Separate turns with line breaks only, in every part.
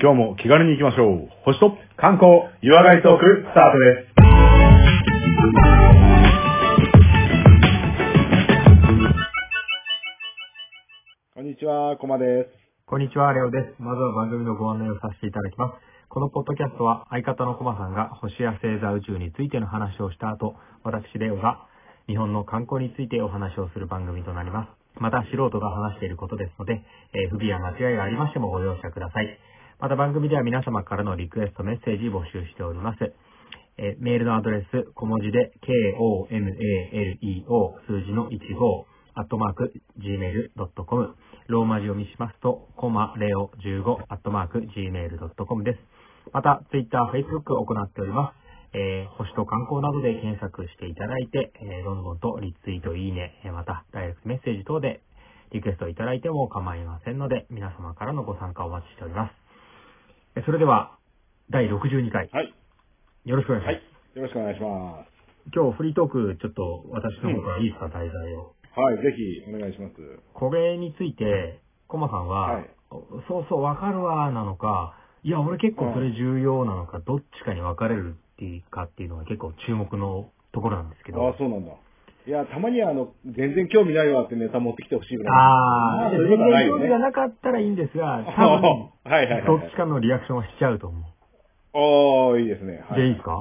今日も気軽に行きましょう。星と
観光、岩貝トーク、スタートです。
こんにちは、コマです。
こんにちは、レオです。まずは番組のご案内をさせていただきます。このポッドキャストは相方のコマさんが星や星座宇宙についての話をした後、私レオが日本の観光についてお話をする番組となります。また素人が話していることですので、えー不備や間違いがありましてもご容赦ください。また番組では皆様からのリクエストメッセージ募集しております。えーメールのアドレス、小文字で、k-o-m-a-l-e-o 数字の15、アットマーク、gmail.com。ローマ字読みしますと、コマレオ15、アットマーク、gmail.com です。また、ツイッター、フェイスブックを行っております。えー星と観光などで検索していただいて、えーどんどんとリツイート、いいね、えーまた、ダイレクトメッセージ等でリクエストいただいても構いませんので、皆様からのご参加をお待ちしております。えそれでは、第62回、
はい。
よろしくお願いします。
はい。よろしくお願いしま
今日フリートーク、ちょっと私の方からいいですか、題材を。
す。はい、ぜひお願いします。
これについて、コマさんは、
はい
そうそう、わかるわ、なのか、いや、俺結構それ重要なのか、どっちかに分かれるっていうかっていうのが結構注目のところなんですけ
ああ
ど、。
そうなんだ。いや、たまにはあの、全然興味ないわってネタ持ってきてほしいぐらい。
あ
ま
あ、
そう
全
いう
然
ことはない
興
よ
味
ね。
がなかったらいいんです が、
あ
多
あ
分、
はいはいはい
ど
はい。
っちかのリアクションはしちゃうと思
ああ、いいですね。
う。
は
で、いい
い
です。か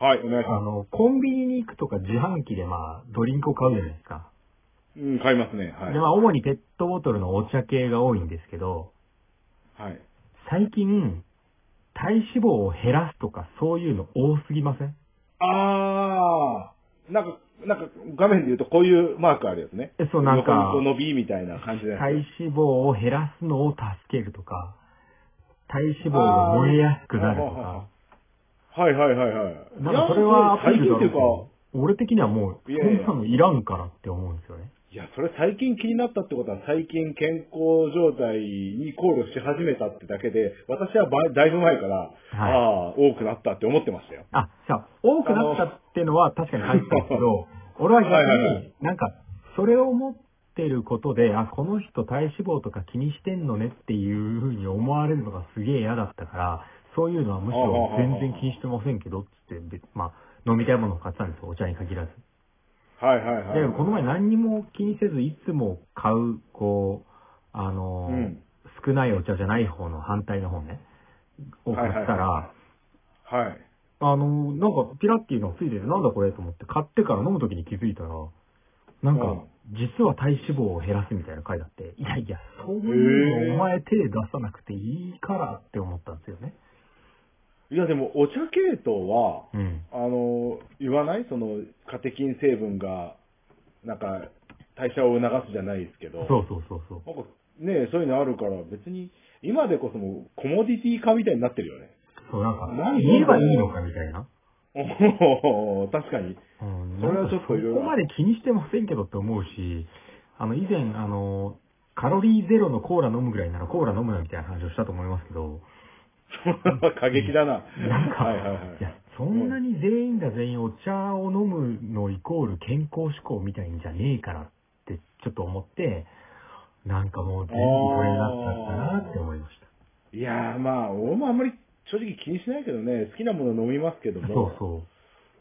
はい、お願いし
あ
ま
の、コンビニに行くとか自販機でまあ、ドリンクを買うじゃないですか。
す。うん、買いますね。はい
で、。まあ、主にペットボトルのお茶系が多いんですけど、
はい。
最近、体脂肪を減らすとかそういうの多すぎません
ああ、なんか、なんか、画面で言うとこういうマークあるやつね。
えそうなんか
横にこう伸びみたいな感じで。はい。
体脂肪を減らすのを助けるとか、体脂肪が燃えやすくなるとか。
はいはいはいはい。
なんかそれは
最近
だ
っていうか、
ろうけど俺的にはもう、そ
いやいや
んなのいらんからって思うんですよね。
いや、それ最近気になったってことは最近健康状態に考慮し始めたってだけで、私はばだいぶ前から、ああ、多くなったって思ってましたよ。
あ、じゃあ、多くなったっていうのは確かに入ってたんですけど、 俺は逆
はいはいは
に、なんか、それを持ってることで、あ、この人体脂肪とか気にしてんのねっていうふうに思われるのがすげえ嫌だったから、そういうのはむしろ全然気にしてませんけど、つって、べまあ、飲みたいものを買ってたんですよ、お茶に限らず。
はいはいはい。
だけど、この前何にも気にせず、いつも買う、こう、あのー、
うん
少ないお茶じゃない方の反対の方ね、を買ったら、
はいははい。
あの、なんかピラッキーのついててなんだこれと思って買ってから飲むときに気づいたら、なん
う
か
ん、
実は体脂肪を減らすみたいな回だって、いやいや、そう
へ
いう
ー
のお前手出さなくていいからって思ったんですよね。
いやでも、お茶系統は、
うん。
あの、言わないその、カテキン成分が、なんか、代謝を促すじゃないですけど。
そうそうそうそう。
なんかね、そういうのあるから、別に、今でこそもうコモディティ化みたいになってるよね。
そう、なんか、
何
言えばいいのかみたいな。
おー確かに。
うん、
それはちょっといろいろ
そこまで気にしてませんけどって思うし、あの、以前、あの、カロリーゼロのコーラ飲むぐらいならコーラ飲むなみたいな話をしたと思いますけど、
過激だな。
なんか、
はい
い
はいはい。
や、そんなに全員が全員お茶を飲むのイコール健康志向みたいんじゃねえからってちょっと思って、なんかもう全部これになっちゃったなって思いました。
いやーまあ、俺もあんまり正直気にしないけどね、好きなもの飲みますけど
そ
も
う、そ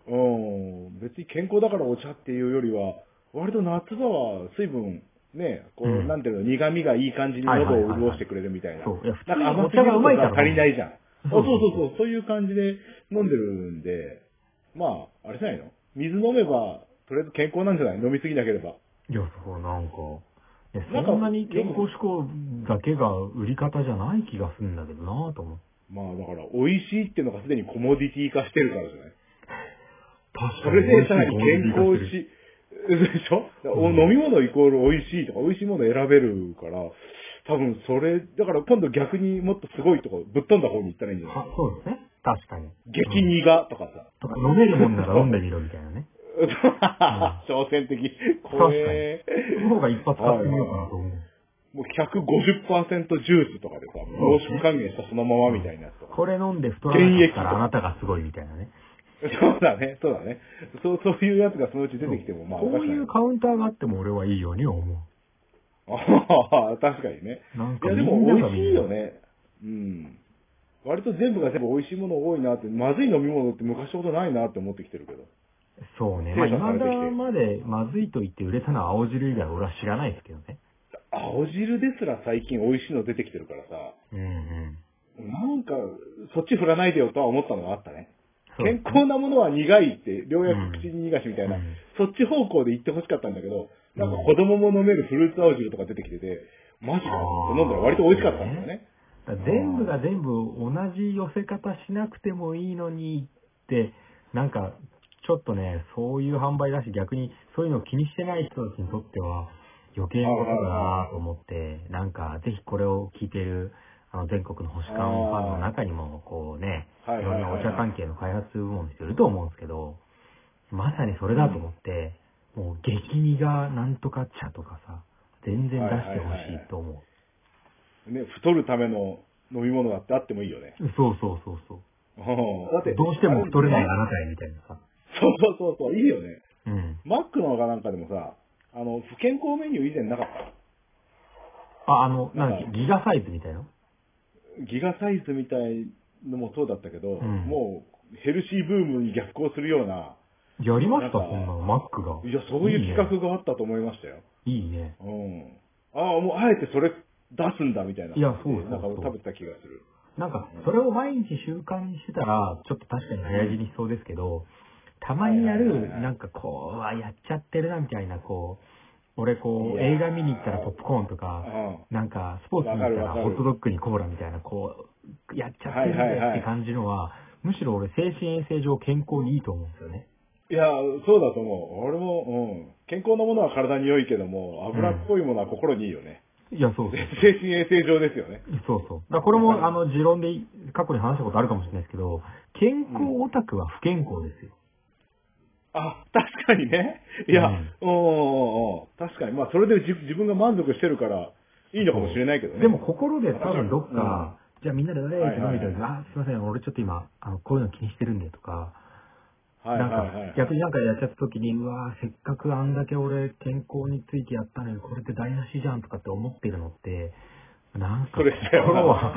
う。
うん、別に健康だからお茶っていうよりは、割と夏場は水分、ね、こう、
うん
なんていうの、苦味がいい感じに
はいはい
喉
は
を
いはい
潤してくれるみたいな。
そういや普通
なん
に
か甘
お
す
茶
ぎる
がうまいから
とさ足りないじゃん。
そ
そうう
そうそう
そうそう、そういう感じで飲んでるんで、まあ、あれじゃないの水飲めば、とりあえず健康なんじゃない飲みすぎなければ。
いや、そう、なんか、いや
なんか
そんなに健康志向だけが売り方じゃない気がするんだけどなぁと思って。
まあ、だから、美味しいっていうのがすでにコモディティ化してるからじゃない
確
それでさらに健康し、でしょ、お
うん
飲み物イコール美味しいとか、美味しいもの選べるから、多分それ、だから今度逆にもっとすごいとこ、ぶっ飛んだ方に行ったらいいんじゃない
あそうですね。確かに。
激苦とかさ。
とか、飲めるもんなら飲んでみろみたいなね。
挑戦的。怖え。
その方が一発買ってみようかなと思う。
もう150%ジュースとかでさ、濃縮還元したそのままみたいなやつとか。
これ飲んで太らなかったらあなたがすごいみたいなね。
そうだね、そうだね。そう、そういうやつがそのうち出てきても、まあ、
こういう
おか
カウンターがあっても俺はいいようには思う。
しくない 確かにね。
なんか
いや、で
み
も
んな
美
が
味
み
し
んな
いよね。うん。割と全部が全部美味しいもの多いなって、まずい飲み物って昔ほどないなって思ってきてるけど。
そうね。まあ、
精査され
今
てきて
だまでまずいと言って売れたのは青汁以外俺は知らないですけどね。
青汁ですら最近美味しいの出てきてるからさ、
うんうん。
なんか、そっち振らないでよとは思ったのがあったね。
そうで
健
すね
康なものは苦いって、ようやく口に逃がしみたいな、
うん
そっち方向で行ってほしかったんだけど、なんか子供も飲めるフルーツ青汁とか出てきてて、マジかと思って飲んだら割と美味しかったんだよね。
だから全部が全部同じ寄せ方しなくてもいいのにって、なんか、ちょっとね、そういう販売だし、逆にそういうのを気にしてない人たちにとっては、余計なことだなと思って、なんか、ぜひこれを聞いてる、あの、全国の星間ファンの中にも、こうね、い
はいは
ろん
いは
ないお
はい
茶関係の開発部門の人いると思うんですけど、まさにそれだと思って、もう激似がなんとか茶とかさ、全然出してほしいと思う。
ね、太るための飲み物だってあってもいいよね。
そうそうそうそう。
うんだって、
どうしても太れない
あ
あなたへみたいなさ。
そうそうそうそう、いいよね。
うん。
マックのかなんかでもさ、あの、不健康メニュー以前なかった
あ、あの、
な
なんん
か
だっけギガサイズみたいな。
ギガサイズみたいのもそうだったけど、
ん
もうヘルシーブームに逆行するような、
やりました、
なんか
そんなの、マックが。
いや、そういう企
ね。
画があったと思いましたよ。
いいね。
うん。ああ、もうあえてそれ出すんだみたいな。
いやそうそうそう
なんか食べた気がする。
なんか、それを毎日習慣にしてたら、ちょっと確かに早死にしそうですけど、たまにや
はいはいはいは
る、
い
なんかこう、うわ、やっちゃってるな、みたいな、こう、俺こう、
いやー
映画見に行ったらポップコーンと
う
か、
ん。
なんか、スポーツ見に行ったら
わかるわかる
ホットドッグにコーラみたいな、こう、やっちゃってるんだ
はいはい
よっ
は
て
い
感じのは、むしろ俺、精神衛生上健康にいいと思うんですよね。
いや、そうだと思う。俺も、うん。健康なものは体に良いけども、脂っこいものは心にいいよね。
いや、そうそう。
精神衛生上ですよね。
そうそう。だからこれも、あの、持論で過去に話したことあるかもしれないですけど、健康オタクは不健康ですよ。
あ、確かにね。いや、
う
うんん、うん、うん。確かに。まあ、それで自自分が満足してるから、いいのかもしれないけどね。
でも、心で多分どっか、じゃあみんなで誰々と飲みたい
はいはい
あ、すいません、俺ちょっと今、あの、こういうの気にしてるんでとか、
はい
な
は
ん
い
か、
はい。
逆になんかやっちゃった時に、うわーせっかくあんだけ俺健康についてやったのに、これって台無しじゃんとかって思ってるのって、なんか、
それだよな
心は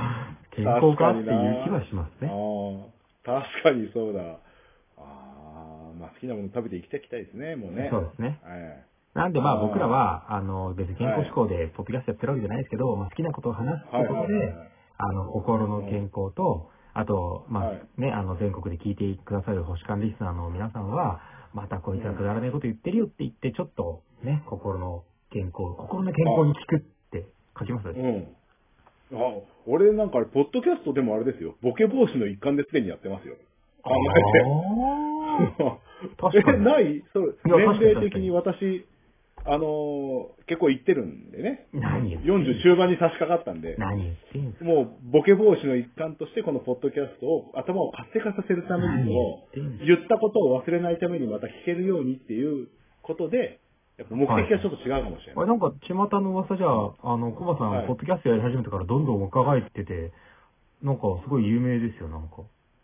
健康かっていう気はしますね。
ああ、確かにそうだ。ああ、まあ好きなもの食べて生きていきたいですね、もうね。
そうですね。
え
なんでまあ
あー
僕らは、あの、別に健康志向でポッドキャストやってるわけじゃないですけど、まあ、好きなことを話す
えはい
こ
は
と
いはい
で、あの、心の健康と、あと、まあ、
はい
ね、あの、全国で聞いてくださる保守官リスナーの皆さんは、またこいつはくだらないこと言ってるよって言って、ちょっとね、心の健康、心の健康に効くって書きます
うん。あ俺なんかあれ、ポッドキャストでもあれですよ。ボケ防止の一環ですでにやってますよ。考
あー
えて。
確か
え、
に。
ないそれ、
いや確かに
年齢的に私、あのー結構言ってるんでね。
何言ってんの
40終盤に差し掛かったんで。
何言ってんすか
もう、ボケ防止の一環として、このポッドキャストを頭を活性化させるためにも、言ったことを忘れないためにまた聞けるようにっていうことで、やっぱ目的がちょっと違うかもしれ
あ
ない。
れなんか、巷の噂じゃ、あの、コバさん、
はい
ポッドキャストやり始めてからどんどん若返ってて、なんか、すごい有名ですよ、なんか。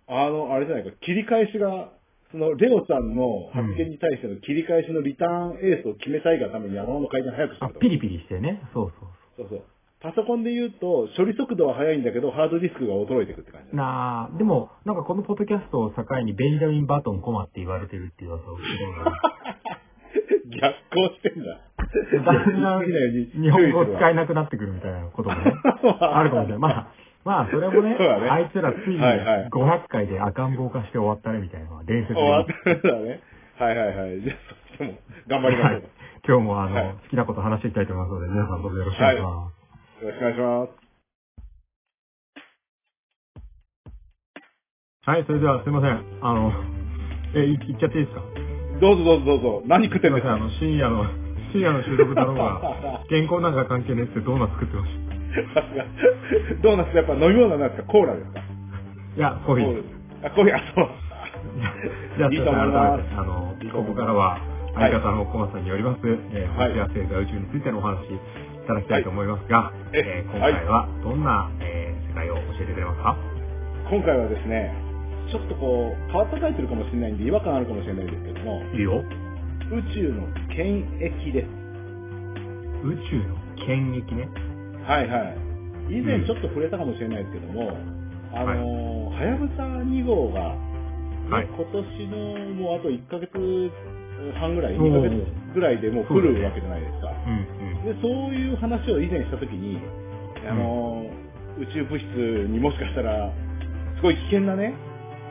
あの、あれじゃないか、切り返しが、その、レオさんの発見に対しての切り返しのリターンエースを決めたいがために山の回転早くして
あ
る、と
ピリピリしてね。そうそう
そうそう。パソコンで言うと、処理速度は速いんだけど、ハードディスクが衰え ていくって感
そう。
じ。
なあ、でも、なんかこのポッドキャストを境に、ベンジャミン・バトン・コマって言われてるっていう噂を聞いたんだ
逆行してん だ。
けどだんだん
言い過ぎないように注意す
日
るわ
本語を使えなくなってくるみたいなこともね、あるかもしれない。まあ、まあ、それもね、
そうだね
あいつらついに
はいはい
500回で赤ん坊化して終わったねみたいなのは伝 説で
終わったんだね。はいはいはい。じゃあ、そっちも頑張りま
は
しょ。
いう今日もあの、
はい
好きなこと話していきたいと思いますので、皆さんどうぞよろしくお願いします。
よろしくお願いします。
はい、それではすいません。あの、え、い行っちゃっていいですか
どうぞどうぞどうぞ。何食っ
す
て
い
ん
ま
です
せん、
か
あの、深夜の、深夜の収録だろう が、健康なんか関係ねえってドーナツ食ってまし
さすが ドーナツやっぱ飲み物なんですかコーラですか
た。いや、コー
コ
ヒ
ー
ー。
ラ。あ、コーヒー、あ、そう。
じゃあ、
いい
すい
と思い
ま
ま
せん、改め
す
て、あの
いい、と
こ
思います
こからは、相方のコマさんによります、えー、
はい
星や星座宇宙についてのお話いただきたいと思いますが、
い
えー今回はどんな、えー世界を教えてくれますか
今回はですね、ちょっとこう、変わったタイトルかもしれないんで違和感あるかもしれないですけども、
いいよ。
宇宙の権益です。
宇宙の権益ね。
はいはい。以前ちょっと触れたかもしれないですけども、あのー、はやぶさ2号が、
はい
今年のもうあと1ヶ月半ぐらい、
おー
2ヶ月ぐらいでもう来るわけじゃないですか。
うんうん。
で、そういう話を以前したときに、あのー、宇宙物質にもしかしたら、すごい危険なね、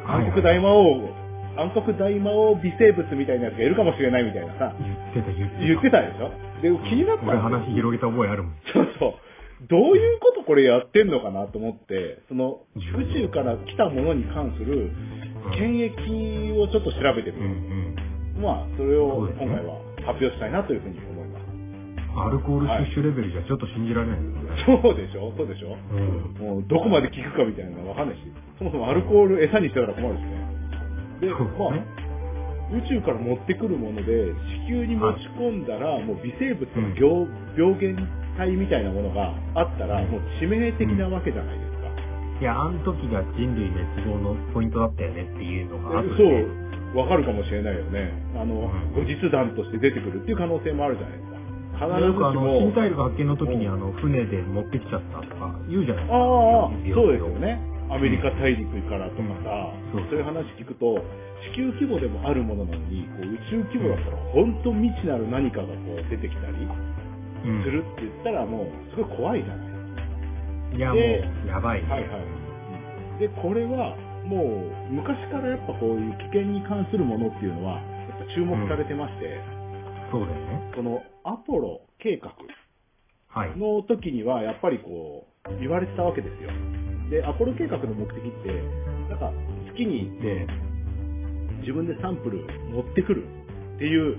暗黒大魔王、暗黒大魔王微生物みたいなやつがいるかもしれないみたいなさ、
言ってた言ってた。
言ってたでしょで、気になったんです
俺
よ
話広げた覚えあるもん。
そうそう。どういうことこれやってんのかなと思って、その宇宙から来たものに関する
うん
権益をちょっと調べてみ
う
る。
ん
まあ、それを
そう
今
ですね
回は発表したいなというふうに思います。
うん。アルコール摂取レベルじゃちょっと信じられない。
そうでしょそうでしょ
うん。
もうどこまで効くかみたいなのがわかんないし、そもそもアルコール餌にしてたら困るしね。で、
そうです
まあ
ね、
宇宙から持ってくるもので、地球に持ち込んだら、もう微生物の病,、病原体みたいなものがあったら、もう致命的なわけじゃないですか。
いや、あの時が人類滅亡のポイントだったよねっていうのがあって。
そう、わかるかもしれないよね。あの、
ん
後日談として出てくるっていう可能性もあるじゃないですか。必
よ
ず
くあ
し
の、新
も。
大陸発見の時にあの、船で持ってきちゃったとか言うじゃないで
あ
す
あ
か。
ああ、
よ
そうですよね。アメリカ大陸からとかさ、
うん
そういう話聞くと、地球規模でもあるものなのに、こう宇宙規模だったら本当未知なる何かがこう出てきたり
うん
するって言ったらもうすごい怖いじゃない
いや、も
で
う、やばいね。
はいはい。で、これは、もう、昔からやっぱこういう危険に関するものっていうのは、やっぱ注目されてまして、
そうだよね。
このアポロ計画
はい。
の時には、やっぱりこう、言われてたわけですよ。で、アポロ計画の目的って、なんか、月に行って、自分でサンプル持ってくるっていう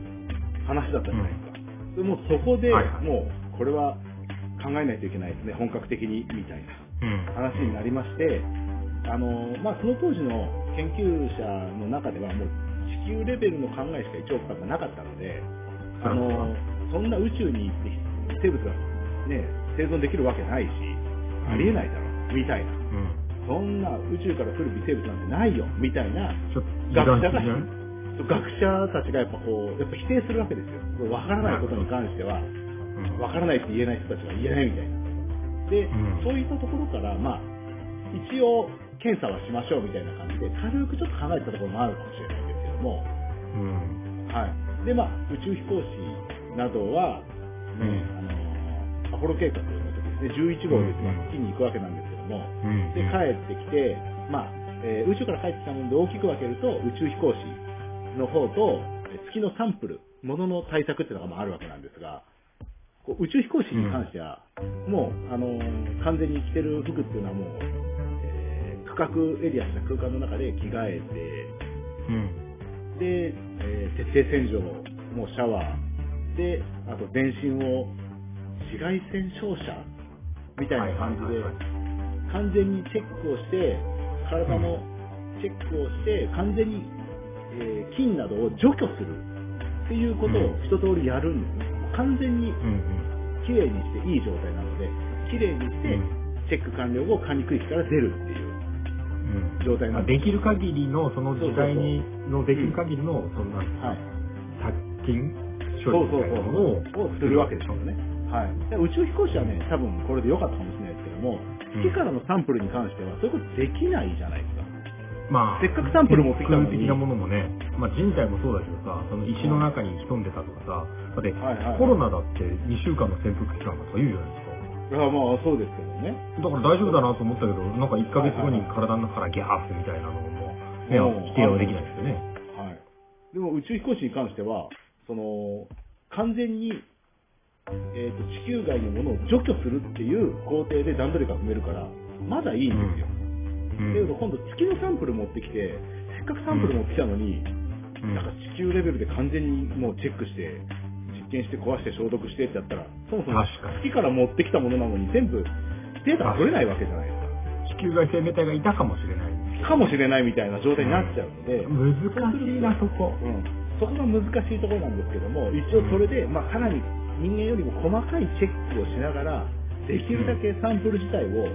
話だったじゃないですか。でもうそこで、
はいはい
もう、これは考えないといけないですね、本格的に、みたいな。
うん。
話になりまして、あのまあ、その当時の研究者の中では、もう地球レベルの考えしか一応感がなかったので、あのそんな宇宙に行って生物が、ね、生存できるわけないし、ありえないだろう、みたいな。
うん。
そんな宇宙から来る微生物なんてないよ、みたいな、
ちょっと、
学者が
油断しすぎじゃな
学
い、
者たちがやっぱこう、やっぱ否定するわけですよ。これわからないことに関しては、
うん
わからないって言えない人たちが言えないみたいな。で、
うん
そういったところから、まあ、一応検査はしましょうみたいな感じで、軽くちょっと考えてたところもあるかもしれないですけども、
うん。
はい。で、まあ、宇宙飛行士などは、
う
ねあの、アポロ計画の時ですね、11号です
うん
ね、月に行くわけなんですけども、
うん。
で、帰ってきて、まあ、えー宇宙から帰ってきたもので大きく分けると、宇宙飛行士の方と、えー月のサンプル、ものの対策っていうのがまああるわけなんですが、こう宇宙飛行士に関しては、もう、あのー完全に着てる服っていうのはもう、えー区画エリアした空間の中で着替え
うん。
て、で、えー徹底洗浄、もうシャワー、で、あと全身を紫外線照射みたいな感じで、完全にチェックをして、体のチェックをして、完全に、えー菌などを除去するっていうことを一通りやるんですね。完全に
うん。
綺麗にしていい状態なので、綺麗にして
う、
チェック完了後、管理区域から出るっていう
うん。
状態な
まあ、
んで。
ですきる限りの、その時代に、のできる限りの、そんな、
はい。
殺菌
そう
処
そう
理みたい
そ
なもの
う。
を
をするわけですよね。はい。で宇宙飛行士はね、多分これで良かったかもしれないですけども、
ん
月からのサンプルに関しては、そういうことできないじゃないですか。
まあ、
せっかくサンプル持ってきたのに
天空的なものもね、まあ人体もそうだけどさ、その石の中に潜んでたとかさ、だって、
はいはいはい
コロナだって2週間の潜伏期間だとか言うじゃないですか。
いやまあ、そうですけどね。
だから大丈夫だなと思ったけど、なんか1ヶ月後に体の中からギャースみたいなのも、ね、
うん
否定はできないですよね。
はい。でも宇宙飛行士に関しては、その、完全に、えっ、と、地球外のものを除去するっていう工程で段取りが踏めるから、まだいいんですよ。
う
だ
ん
けど今度月のサンプル持ってきて、せっかくサンプル持ってきたのに、
うん
なんか地球レベルで完全にもうチェックして、実験して壊して消毒してってやったら、そもそも
確かに
月から持ってきたものなのに全部データが取れないわけじゃないです
地球外生命体がいたかもしれない。
か。かもしれないみたいな状態になっちゃうので、
難しいな、そ
う
こ。
んそこが難しいところなんですけども、一応それで、まあ、さらに人間よりも細かいチェックをしながら、できるだけサンプル自体を、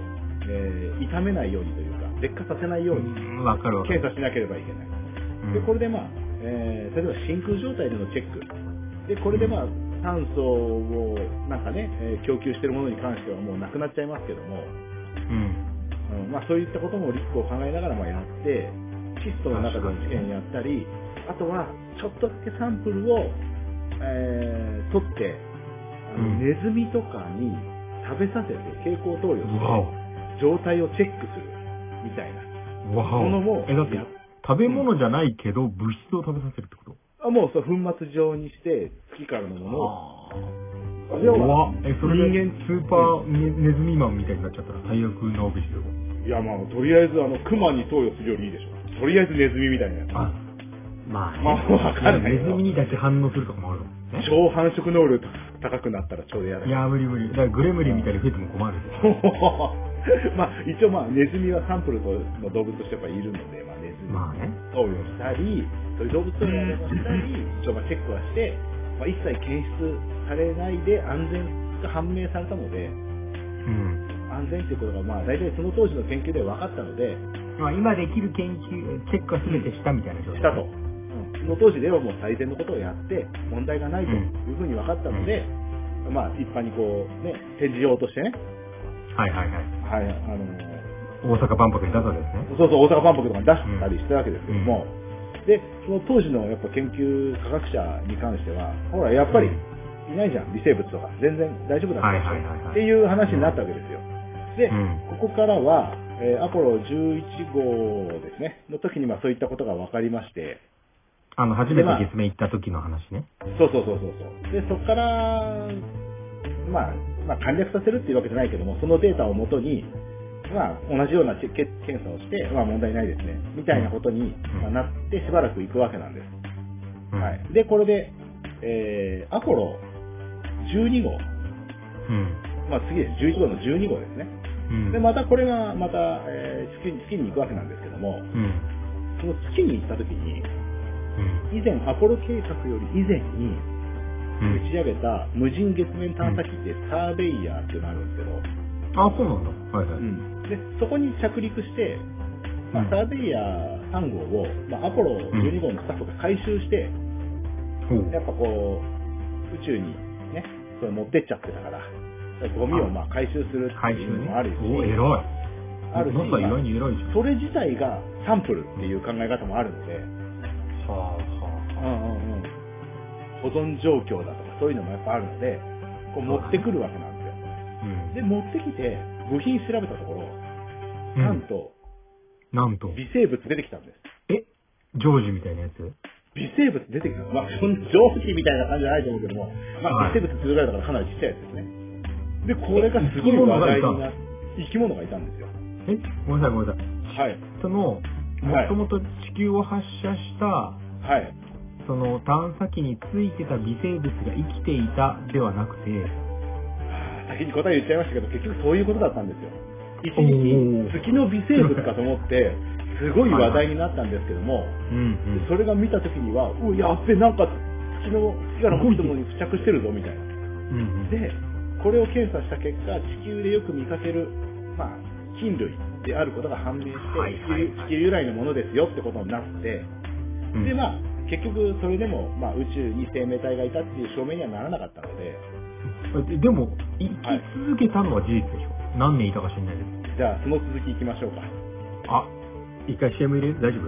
えー傷めないようにというか、劣化させないように
うんわかるわか
検
る。
査しなければいけない。で、
うん
これでまあ、えー例えば真空状態でのチェック。で、これでまあ、酸素をなんかね、えー供給してるものに関してはもうなくなっちゃいますけども、
うん。
うんうんまあ、そういったこともリスクを考えながらもやって、キットの中での試験やったり、あとはちょっとだけサンプルを、えー取って、あの
うん
ネズミとかに食べさせて蛍光投与
わ
して、状態をチェックするみたいな
お。わ
ものも
え、だって
やっ、
食べ物じゃないけど、物質を食べさせるってこと
あもうそう粉末状にして、月からのものを、
ああ。
要は
怖っえ、それで
人間
スーパーネネズミマンみたいになっちゃったら最悪なわけですよ。
いや、まあ、とりあえず、あの、熊に投与するよりいいでしょ。とりあえずネズミみたいなやつ。
あ、まあね。
まあわかんないけ
ネ
ど
ズミにだけ反応するとかもあるかもね。
超繁殖能力高くなったら超でやる。
いやー無理無理。だからグレムリンみたいに増えても困るでしょ。
まあ、一応、まあ、ネズミはサンプルとの動物としてやっぱいるので、まあ、ネズミ
まあね。
投与したり、そういう動物投与もしたり、一応まあチェックはして、まあ、一切検出されないで安全が判明されたので、
うん。
安全っていうことがまあ大体その当時の研究で分かったので、
まあ今できる研究、チェックは全てしたみたいな状態。
したと。うんその当時ではもう最善のことをやって、問題がないというふうに分かったので、まあ一般にこうね、展示用としてね、
はいはいはい。
はい、あの
大阪万博に出すわけですね。
そうそう、大阪万博とかに出したりしたわけですけども、で、その当時のやっぱ研究科学者に関しては、ほら、やっぱり
うん
いないじゃん、微生物とか、全然大丈夫だった
はい
でし
はい
ょ
はいはい。
っていう話になったわけですよ。で、
うん
ここからは、えーアポロ11号ですね、の時にまあそういったことが分かりまして、
あの、初めて月面行った時の話ね。
そうそうそうそうそう。で、そこから、まあ、まあ、簡略させるっていうわけじゃないけども、そのデータをもとに、まあ、同じようなチェケ検査をして、まあ、問題ないですね、みたいなことに、まあ、なってしばらく行くわけなんです。
うん
は。い。で、これで、えー、アポロ12号、
うん。
まあ、次です。11号の12号ですね。
うん。
で、またこれが、また、えー月に、月に行くわけなんですけども、
うん。
その月に行った時に、
うん。
以前、アポロ計画より以前に、
うん
打ち上げた無人月面探査機ってサーベイヤーっていうのがあるんですけど、
あ、そうなんだ。はいはい。
でそこに着陸して、まあ
うん
サーベイヤー3号を、まあ、アポロ12号のスタッフが回収して、
ほう
やっぱこう、宇宙にね、それ持ってっちゃってたから、ゴミをまあ回収するって
回
い
収
うの
ね
もあるし、。
お、偉い。
あるし、
なんか意外に偉いじゃん。
それ自体がサンプルっていう考え方もあるので、
はあは
うんうんうん保存状況だとかそういうのもやっぱあるので、こう持ってくるわけなんですよ。
あ。うん。
で、持ってきて、部品調べたところ、
うん
なんと、
なんと、
微生物出てきたんです。
え、ジョージみたいなやつ
微生物出てきた。まあ、そんな蒸気みたいな感じじゃないと思うけども、まあ、
は
微
い
生物ってぐらいだからかなりちっちゃいやつですね。で、これがすごい話題になって、生き物がいたんですよ。
え、ごめんなさいごめんなさ
はい。
い。その、も
はい
ともと地球を発射し
は
た、
い。
その探査機についてた微生物が生きていたではなくて、
先に答え言っちゃいましたけど、結局そういうことだったんですよ。一
お
時
ー
期、月の微生物かと思って、すごい話題になったんですけども、
うん
それが見た時には、うわやっべ、なんか月の、月から落ちたものに付着してるぞ、みたいな。
うん。うん
で、これを検査した結果、地球でよく見かける、まあ、菌類であることが判明して、
はいはいはい
地球地球由来のものですよってことになって、
うん。
で、まあ、結局それでも、まあ、宇宙に生命体がいたっていう証明にはならなかったので、
えでも、生き続けたのは事実でしょ何年いたか知んないけど。
じゃあその続きいきましょうか。
あ、一回 CM 入れる大丈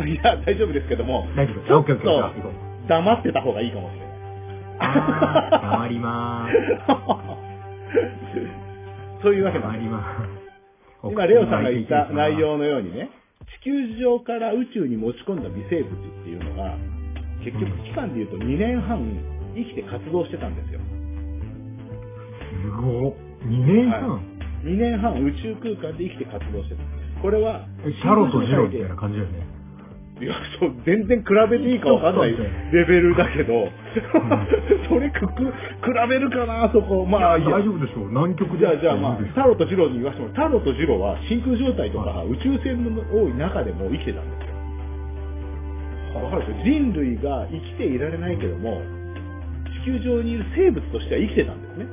夫
いや、大丈夫ですけども、
大丈夫
ちょっ
オッケーオッケーじゃあ
と
行こう
黙ってた方がいいかもしれ ない。
あー、たまりまーす。
そういうわけ
た
なんで
ま
す
りまーす。
今、レオさんが言った内容のようにね、地球上から宇宙に持ち込んだ微生物っていうのが、結局期間で言うと2年半生きて活動してたんですよ。
すごっ。2年半、
は2年半宇宙空間で生きて活動してた。これは、
えシャロとジロみたいな感じだよね。
いや、そう、全然比べていいかわかんないレベルだけど、 それくく、比べるかな、そこ。まあ、い
いや
や
大丈夫でしょう南極
じ
で
ゃあ、じゃあまあ
大丈夫で、し
タ
ょ
ロとジロに言わせてもらうタロとジロは真空状態とか宇宙船の多い中でも生きてたんですよ。わかるでしょ人類が生きていられないけども、地球上にいる生物としては生きてたんですね。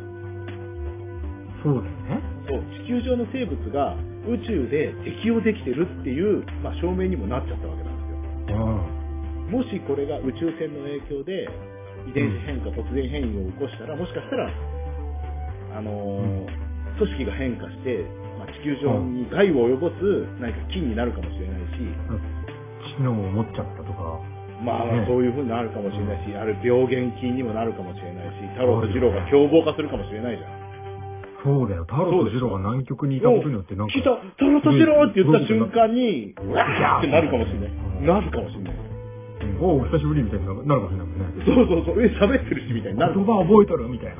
そうだよね。
そう、地球上の生物が宇宙で適応できてるっていう、まあ、証明にもなっちゃったわけなんですよ。
うん。
もしこれが宇宙船の影響で遺伝子変化、突然変異を起こしたら、もしかしたら、あのー組織が変化して、まあ、地地球上に害を及ぼす何か菌になるかもしれないし、
知能を持っちゃったとか、
まあ
ね
そういう風になるかもしれないし、ある病原菌にもなるかもしれないし、太郎と二郎が凶暴化するかもしれないじゃん。
そうだよ、太郎とジローが南極にいたことによって、なんか、
来た太郎と二郎って言った瞬間に、うわーってなるかもしれない。なるかもしれない。
うんおう、久しぶりみたいになるかもしれないもんね。
そうそうそう、え、喋ってるしみたいに
言
なる。
葉覚えとるみたいなね。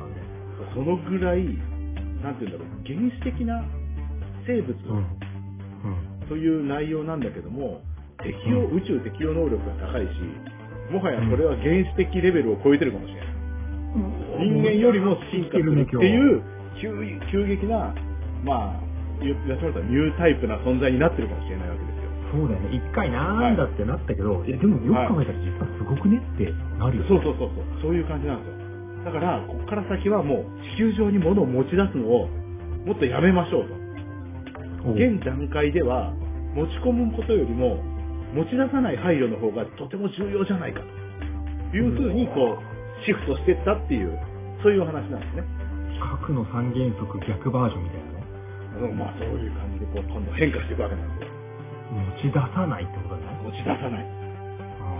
そのぐらい、なんて言うんだろう、原始的な生物
うん。うん。
という内容なんだけども、適応、宇宙適応能力が高いし、もはやこれは原始的レベルを超えてるかもしれない。人間よりも進化するっていう急急激な、まあ、言ってしまったらニュータイプな存在になってるかもしれないわけですよ。
そうだよね。一回なんだってなったけど、えでもよく考えたら実はすごくねってなるよね。
そうそうそうそう、そういう感じなんですよ。だから、ここから先はもう地球上に物を持ち出すのをもっとやめましょうと。
おう
現段階では持ち込むことよりも持ち出さない配慮の方がとても重要じゃないかというふうにこうシフトしていったっていうそういうお話なんですね。
核の三原則逆バージョンみたいなね。
うんまあそういう感じでこう今度変化していくわけなんですよ。
持ち出さないってことだね。
持ち出さない。
うん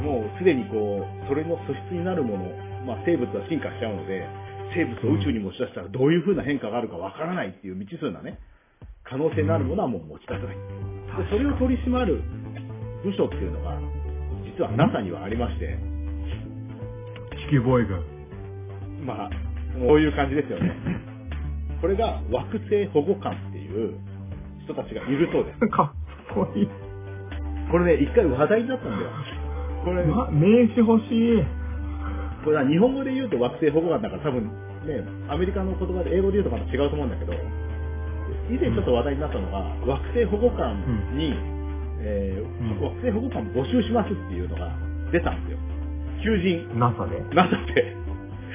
もうすでにこうそれの素質になるもの、まあ、生物は進化しちゃうので生物を宇宙に持ち出したらどういうふうな変化があるかわからないっていう未知数なね可能性のあるものはもう持ち出さない。でそれを取り締まる部署っていうのが、実は NASA にはありまして、
地球防衛軍。
まあ、こういう感じです よね。これが惑星保護官っていう人たちがいるそうです。
かっこいい。
これね、一回話題になったんだよ。これ、
ま、名刺欲しい。
これは日本語で言うと惑星保護官だから多分ね、アメリカの言葉で英語で言うとまた違うと思うんだけど、以前ちょっと話題になったのが、惑星保護官に、えー
うん
惑星保護官募集しますっていうのが出たんですよ。求人。
NASA で。
なんだって。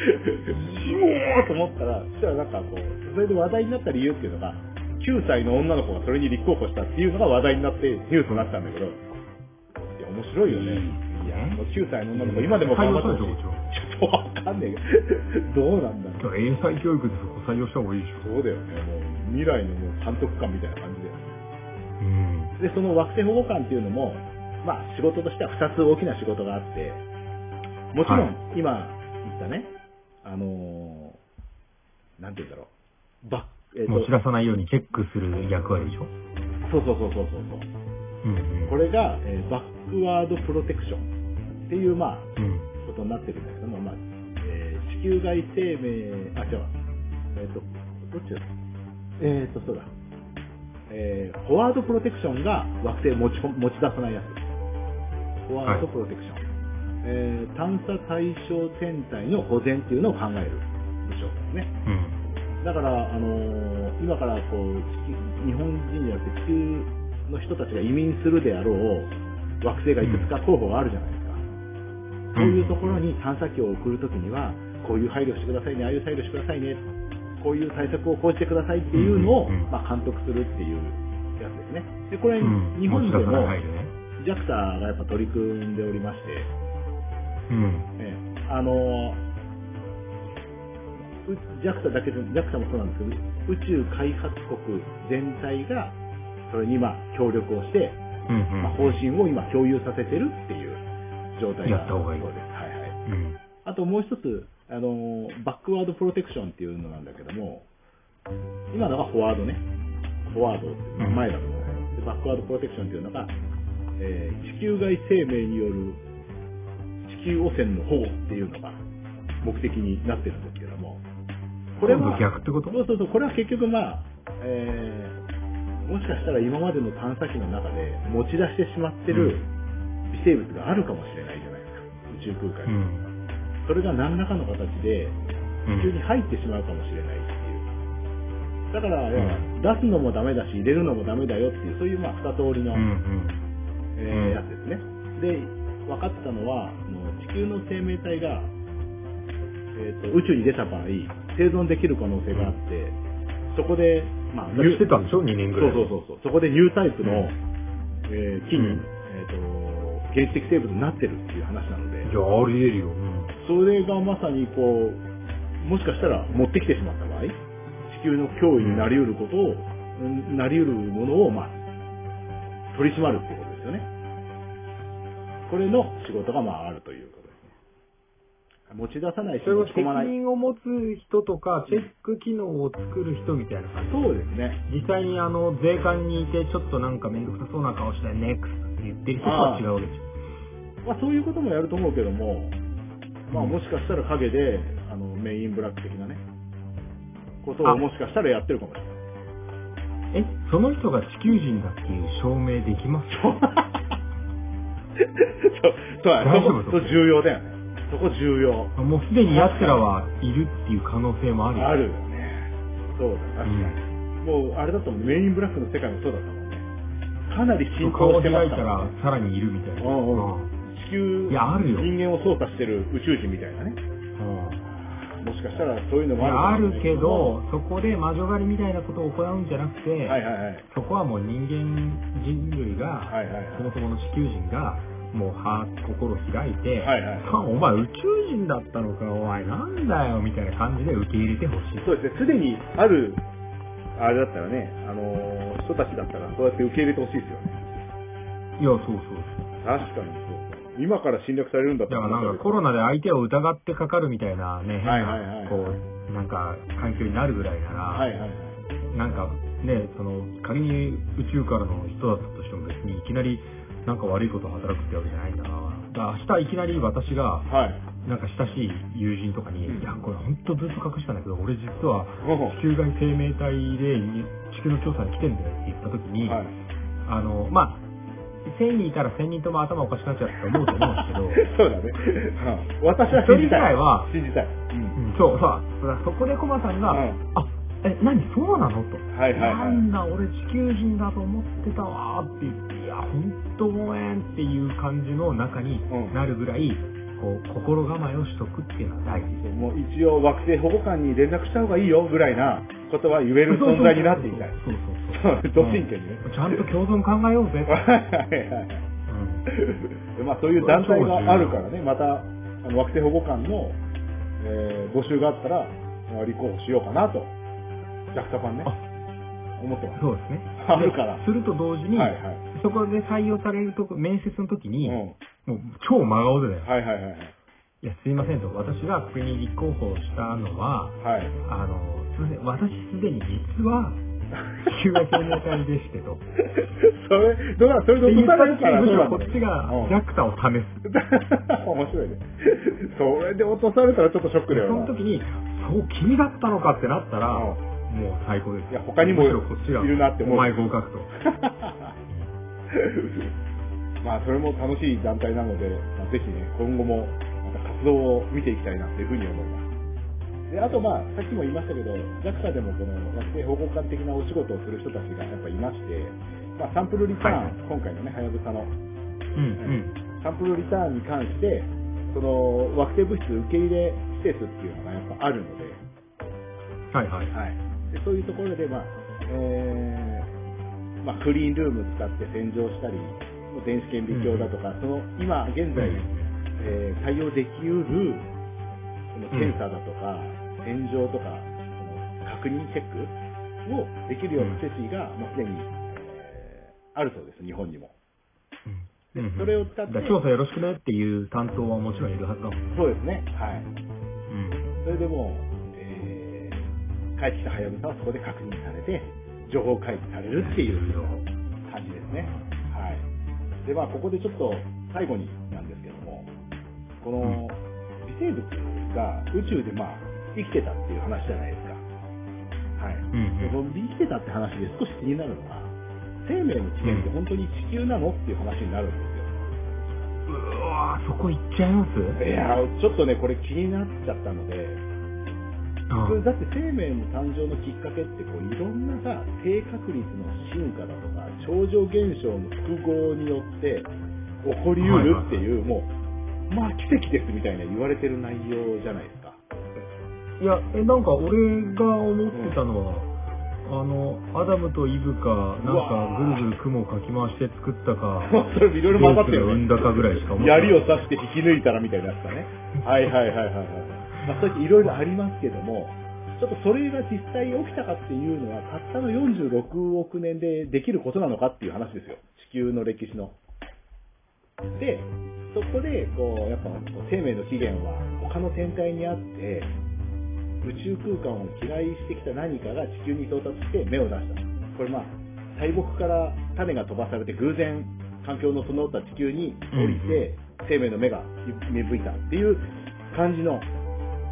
死もうと思ったら、そしたらなんかこう、それで話題になった理由っていうのが、9歳の女の子がそれに立候補したっていうのが話題になってニュースになったんだけど、いや、面白いよね。いや、もう9歳の女の子、今でも頑張ってほしい。ちょっとわかんねえけど、どうなんだろう。
英才教育でそこ採用した方がいいでし
そうだよね、もう未来のもう監督官みたいな感じで。
ょ。うん。
で、その惑星保護官っていうのも、まあ仕事としては2つ大きな仕事があって、もちろ
は
ん今言ったね、あのー、なんて言うんだろう、ば、えっ、
持ち
と、
出さないようにチェックする役割でしょ。
そうそうそうそうそうそう。
うんうん。
これが、えーバックワードプロテクションっていう、まあ、
うん。
ことになってるんだけども、まあ、えー地球外生命、あ、違うわ、えっ、と、どっちだえっ、と、そうだ。えーフォワードプロテクションが惑星持ちこ持ち出さないやつ。フォワードプロテクション。えー探査対象天体の保全っていうのを考える部署ですね。
うん。
だから、あのー今からこう地球日本人じゃなくて地球の人たちが移民するであろう惑星がいくつか候補があるじゃないですか、そういうところに探査機を送るときにはこういう配慮してくださいねああいう配慮してくださいねこういう対策を講じてくださいっていうのを、
うんうんうん
まあ、監督するっていうやつですねでこれ、
うん
日本で
持ち出さ
も
ないでね。
JAXA がやっぱ取り組んでおりまして、
うん。
ええ、あのう JAXA だけで JAXA もそうなんですけど宇宙開発国全体がそれに今協力をして、
うんうん。
まあ、方針を今共有させてるっていう状態が
やった方がいい
そうです、はいはい、
うん。
あともう一つあのバックワードプロテクションっていうのなんだけども今のがフォワードねフォワードっていう
うん
前だと思うでバックワードプロテクションっていうのが、えー地球外生命による地球汚染の保護っていうのが目的になってるんですけどもこれ
今
は
度逆ってこと
そうそうそうこれは結局まあ、えーもしかしたら今までの探査機の中で持ち出してしまってる微生物があるかもしれないじゃないですか宇宙空間
う
に。
ん。
それが何らかの形で
う
地球に
ん。
入ってしまうかもしれないっていう。だから、
ん
出すのもダメだし、入れるのもダメだよっていう、そういうまあ二通りの、
う
え
ん。う
ー
ん
やつですね。で、分かったのは、あの地球の生命体が、えーと宇宙に出た場合、生存できる可能性があって、そこで、まあ、
うん。してたんでしょ ?2 年ぐ
そ
ら
う
い。
そうそうそう。そこでニュータイプの、
うん
えー菌、
うん
えっ、と、原始的生物になってるっていう話なので。
じゃあ、あり得るよ。うん。
それがまさにこう、もしかしたら持ってきてしまった場合、地球の脅威になり得ることをうんなり得るものを、まあ、取り締まるっていうことですよね。これの仕事が、まあ、あるということですね。持ち出さないし、
それ
持
は
ち
責
込まない。
任を持つ人とか、チェック機能を作る人みたいな感じ。
そうですね。
実際にあの、税関にいて、ちょっとなんかめんどくさそうな顔して、ネックスって言ってる人とは違うわけでしょ。
まあ、そういうこともやると思うけども、まあ、
うん
もしかしたら陰で、あの、メインブラック的なね、こと
あ
をもしかしたらやってるかもしれない。
え、その人が地球人だっていう証明できます
そう、 そうや
大丈
そ
夫
こ、そこ重要だよね。そこ重要。
もうすでに奴らはいるっていう可能性もあるよ。
あるよね。そうだ、確かに。もう、あれだとメインブラックの世界もそうだったもんね。かなり進
顔
行
を
してま
開
し
い
た
た
も
ら
んね。
さらにいるみたいな。
うんうん
うん
地球、
いやあるよ
人間を操作してる宇宙人みたいなね。もしかしたらそういうの
い
も
やあ
あるかも
る
しれ
け
ない
ど、そこで魔女狩りみたいなことを行うんじゃなくて、
はいはいはい。
そこはもう人間人類が、
はいはいはい
そもそもの地球人が、もうは心を開いて、
はいはい
あお前宇宙人だったのか、お前なんだよ、みたいな感じで受け入れてほしい。
そうですね、すでにある、あれだったらね、あのー人たちだったら、そうやって受け入れてほしいですよね。
いや、そうそうそう。
確かにそう。今から侵略されるんだっ
だ
た
からなんか
こ
コロナで相手を疑ってかかるみたいなね、変な、
はいはいはいはい
こう、なんか環境になるぐらいなら、
はいはいはい。
なんかね、その仮に宇宙からの人だったとしても別にいきなりなんか悪いことを働くってわけじゃないんだから、だから明日いきなり私が、
はい。
なんか親しい友人とかに、
うん
いや、これ本当ずっと隠したんだけど、俺実は
うん
地球外生命体で地球の調査に来てんだよって言った時 に、
はい
あの、まあ、1000人いたら1000人とも頭おかしくなっちゃうと思うと思うんですけど、
そうだね。うん私は信じたい。
それ以外は
信じたい。うん。
うんそうさ、そらそこでコマさんが、
うん
あ、え、何そうなのと。
はいはいはい
なんだ、俺地球人だと思ってたわーって言って、いや、ほんとごめんっていう感じの中に
うん
なるぐらい、こう、心構えをしとくっていうのは大事。
もう一応惑星保護官に連絡した方がいいよぐらいなことは言える存在になっていたい。
そ
そ
うそう
う、
そう。
ド真剣にね。
うんちゃんと共存考えよう
はい
ぜ。
はいはい。
うん
まあそういう団体があるからね、また、あの惑星保護官の、えー募集があったら、まあ立候補しようかなと、ジャクタパンね、思ってます。
そうですね。
あるから
すると同時に、
はいはい
そこで採用されるとこ、面接の時に、
うん
もう超真顔でだよ。
はいはいはいはい。
いや、すいませんと、私が国に立候補したのは、
はい。
あの、すいません、私すでに実は、地球外生命体でしてと。っ
それ、だからそれ
て
で
言
落とさ
った
れるから、
時に、
そう
こ
なん
っ
だよ
ちが
うん
JAXA を試す。
面白いね。それで落とされたらちょっとショック
で
だよ
その
な。
時に、そう、君だったのかってなったら、
うん
もう最高です。
いや他にも
むしろこっちが
いるなって思う
お前合格と。
まあそれも楽しい団体なので、まあ、ぜひね、今後もまた活動を見ていきたいなというふうに思います。で、あとまあ、さっきも言いましたけど、JAXA でもこの惑星保護官的なお仕事をする人たちがやっぱいまして、まあサンプルリターン、
はい
今回のね、はやぶさの
うん、うん。
サンプルリターンに関して、その惑星物質受け入れ施設っていうのがやっぱあるので、
はいはい。
はい、でそういうところで、まあえーまあ、クリーンルーム使って洗浄したり、電子顕微鏡だとか、その今現在、
うん
えー対応できうるその
うん
検査だとか、洗浄とか、その確認チェックをできるような設備が、まあ、すでに、えーあるそうです、日本にも。
う
で
んうん
それを使って
だから調査よろしくねっていう担当はもちろんいるはずだもん。
そうですね、はい、
うん。
それでもう、えー帰ってきたはやぶさはそこで確認されて、情報開示されるっていう感じですね。はい。で、まあ、ここでちょっと最後になんですけども、こ
う
の微生物が宇宙でまあ、生きてたっていう話じゃないですか。はい。
んうん
でその生きてたって話で少し気になるのが、生命の起源って本当に地球なのっていう話になるんですよ。
うわーそこ行っちゃいま
い
す
やーちょっとね、これ気になっちゃったので、
うん
それだって生命の誕生のきっかけってこういろんなさ低確率の進化だとか超常現象の複合によって起こりうるっていう、もうまあ奇跡ですみたいな言われてる内容じゃないですか
いや、え、なんか俺が思ってたのは、あの、アダムとイブか、なん
うわ、
かぐるぐる雲をかき回して作ったか
それもいろいろ混ざってるよ
どうするんだかぐらいしか思ってない
槍を刺して引き抜いたらみたいなやつだねはいはいはいはいはい、まあ、そうやっていろいろありますけどもちょっとそれが実際起きたかっていうのは、たったの46億年でできることなのかっていう話ですよ。地球の歴史の。で、そこで、こう、やっぱこう生命の起源は他の天体にあって、宇宙空間を嫌いしてきた何かが地球に到達して芽を出した。これまあ、大木から種が飛ばされて偶然環境の整った地球に降りて、生命の芽が芽吹いたっていう感じの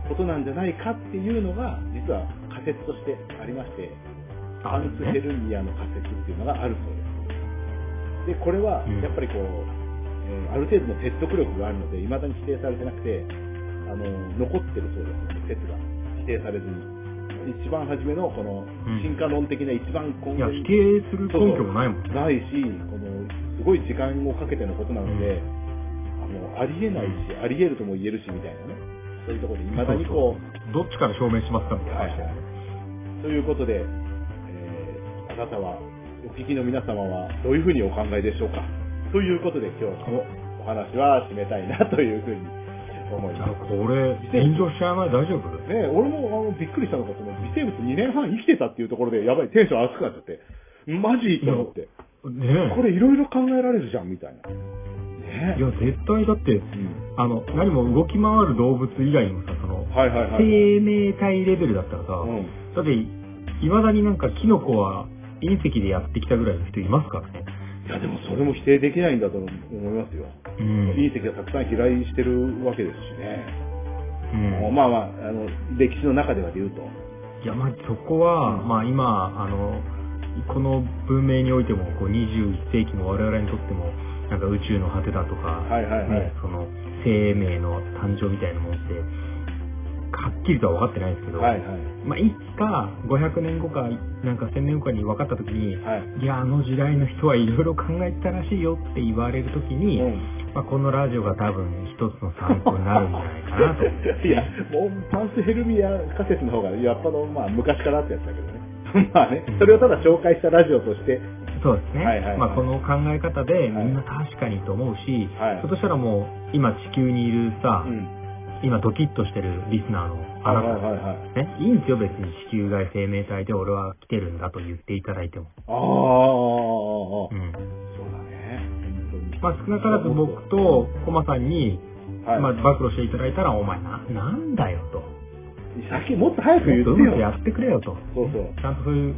ことなんじゃないかっていうのが、実は仮説としてありまして、ア
ある
ン
ん
ツ
ですね
ヘルニアの仮説っていうのがあるそうです。で、これは
うん
やっぱりこう、えーある程度の説得力があるので、未だに否定されてなくて、あの、残ってるそうです、説が。否定されずに。一番初めのこの
うん
進化論的な一番根
いや、
源
否定する根拠もないもんね。
ないし、このすごい時間をかけてのことなので、あのありえないし、ありえるとも言えるしみたいなね、そういうところで、いまだにこう、
どっちから証明しますかみたいな
はい
話だよね。
ということで、えーあなたは、お聞きの皆様はどういうふうにお考えでしょうか。ということで、今日お話は締めたいなというふうに思い
いや
ます。
これ、炎上しちゃう前大丈夫
ねえ、俺もあのびっくりしたのが、その微生物2年半生きてたっていうところで、やばい、テンション熱くなっちゃって、マジと思って、
ね
これいろいろ考えられるじゃん、みたいな。ね
え。いや、絶対だって、
うん
あの、何も動き回る動物以外にもさ、その、
はいはいはい。
生命体レベルだったらさ、
うん
だって、いまだになんかキノコは隕石でやってきたぐらいの人いますからね。
いやでもそれも否定できないんだと思いますよ。
うん。
隕石がたくさん飛来してるわけですしね。
うん
まあまあ、あの、歴史の中ではで言うと。
いや、まあ、そこは、まあ、今、あの、この文明においても、こう、21世紀の我々にとっても、なんか宇宙の果てだとか、
はいはいはい
ね、その、生命の誕生みたいなものって、はっきりとは分かってないですけど、
はいはい。
まあ、いつか、500年後か、なんか1000年後かに分かった時に、
はい。
いや、あの時代の人はいろいろ考えてたらしいよって言われる時に、
うん
まあ、このラジオが多分一つの参考になるんじゃないかなと思って。
いや、もう、パンスヘルミア仮説の方が、やっぱの、まあ、昔からあったやつだけどね。 まあね、それをただ紹介したラジオとして、
そうですね。
はいはいはい
まあ、この考え方で
はい
みんな確かにと思うし、
はい
そとしたらもう今地球にいるさ、
うん。
今ドキッとしてるリスナーのあ
は
ないた、
はいはいはい。
ね、いいんですよ別に地球外生命体で俺は来てるんだと言っていただいても。。
ああ、そううんだね。本当に
まあ、少なからず僕とコマさんに、
はい
まあ、暴露していただいたら、お前な、なんだよと。も
先もっと早く言
っと
っ
う
て
まくや
よ。
ってくれよと。
そうそう。
ちゃんとそういう、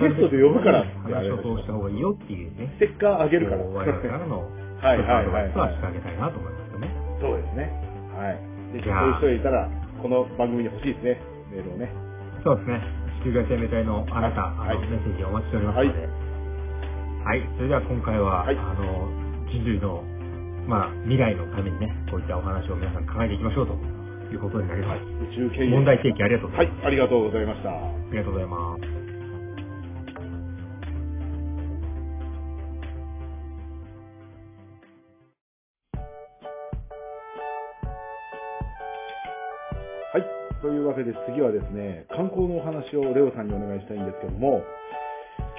ゲストで呼ぶから
話を通した方がいいよっていうね。
ステッカーあげるから。
我々からの、
はい
一つ
はいはいはい
アドバイスはしてあげたいなと思いますよね。
そうですね。はい。で、
じ
そ
ゃあ
ういう人がいたら、この番組に欲しいですね。メールをね。
そうですね。地球外生命体のあなた、
はい
あの
はい
メッセージをお待ちしておりますので。はい。それでは今回は、
はい
あの、人類の、まあ、未来のためにね、こういったお話を皆さん考えていきましょうということになります。
宇宙経由。
問題提起ありがとうござ
はいい
ます。、
ありがとうございました。
ありがとうございます。
はい。というわけで次はですね、観光のお話をレオさんにお願いしたいんですけども、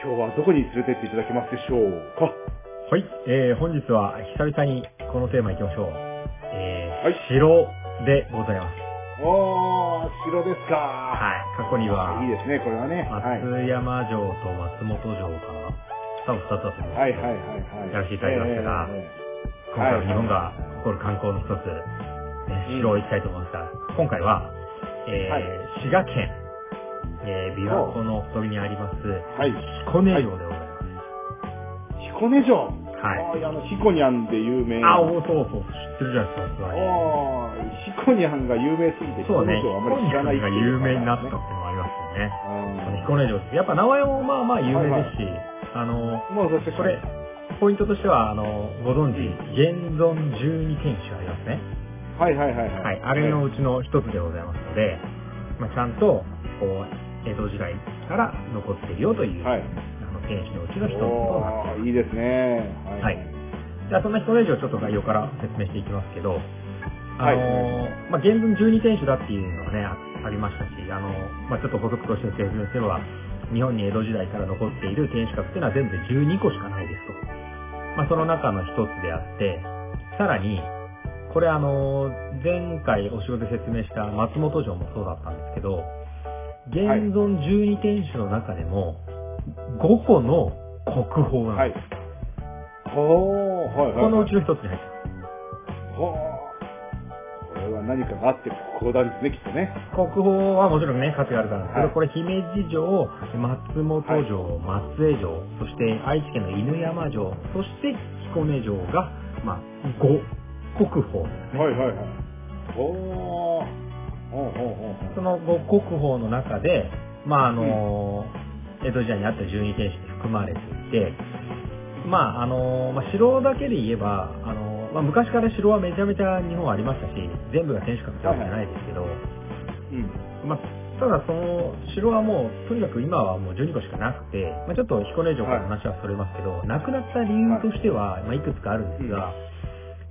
今日はどこに連れてっていただけますでしょうか
はい、えー、本日は久々にこのテーマいきましょう。え
は
ー、
い
城でございます。
おー、城ですか。
はい、過去にはい
い、ですね、これはね。はい。
松山城と松本城が、多分2つだと思うんですけど、
はいはいはいはい。
やらせていただきましたが
えええ
今回は日本が誇る観光の一つ、ね
うん
城行きたいと思いますが、今回は、えー
はい
滋賀県、えー、琵琶湖のほとりにあります、
えはい。
彦根城でございます。
彦根城。
はい
あーあの、彦にゃんで有名な。
あ、おそうそう、知ってるじゃないですか、つまり。
ああ、ヒコニャンが有名すぎて、
そうね、
ヒコニャン
彦
はあまり知らないっ
根城
て
が
いう
有
のが
名になったっていう
ね
のもありますよね。こ
うん
の彦根城です。やっぱ名前もまあまあ有名ですし、あの、
まあ、そして
これ、ポイントとしては、あの、ご存知、現存12天守ありますね。
はいはいはいは。
はいい、あれのうちの一つでございますので、まあ、ちゃんと、こう、江戸時代から残っているよという、
はい。
あの、天守のうちの一つとなっ
お
て
ーいいですね。
はいじゃあそんな彦根城をちょっと概要から説明していきますけど、あのまあ、現存12天守だっていうのがね、あありましたし、あのまあ、ちょっと補足として説明すれば、日本に江戸時代から残っている天守閣っていうのは全部で12個しかないですと。まあ、その中の一つであって、さらに、これあの、前回お城で説明した松本城もそうだったんですけど、現存12天守の中でも、5個の国宝
は
なん
い
で。
ほー、はい
す。
はい。
このうちの一つに入ってま
ほー。これは何かがあって、ここなんですね、きっとね。
す。国宝はもちろんね、価値があるからなんですけど、
はい
これ姫路城、松本城、松江城、そして愛知県の犬山城、そして彦根城が、まあ、5国宝ですね。
はいはいはい。ほー。ほうほうほうほう。
その5国宝の中で、まああの、江戸時代にあった十二天守に含まれていて、まああの、まあ、城だけで言えば、あの、まあ、昔から城はめちゃめちゃ日本はありましたし、全部が天守閣ってわけじゃないですけど、
うん。
まあ、ただその城はもう、とにかく今はもう12個しかなくて、まあ、ちょっと彦根城から話はそれますけど、亡くなった理由としては、いまあ、いくつかあるんですが、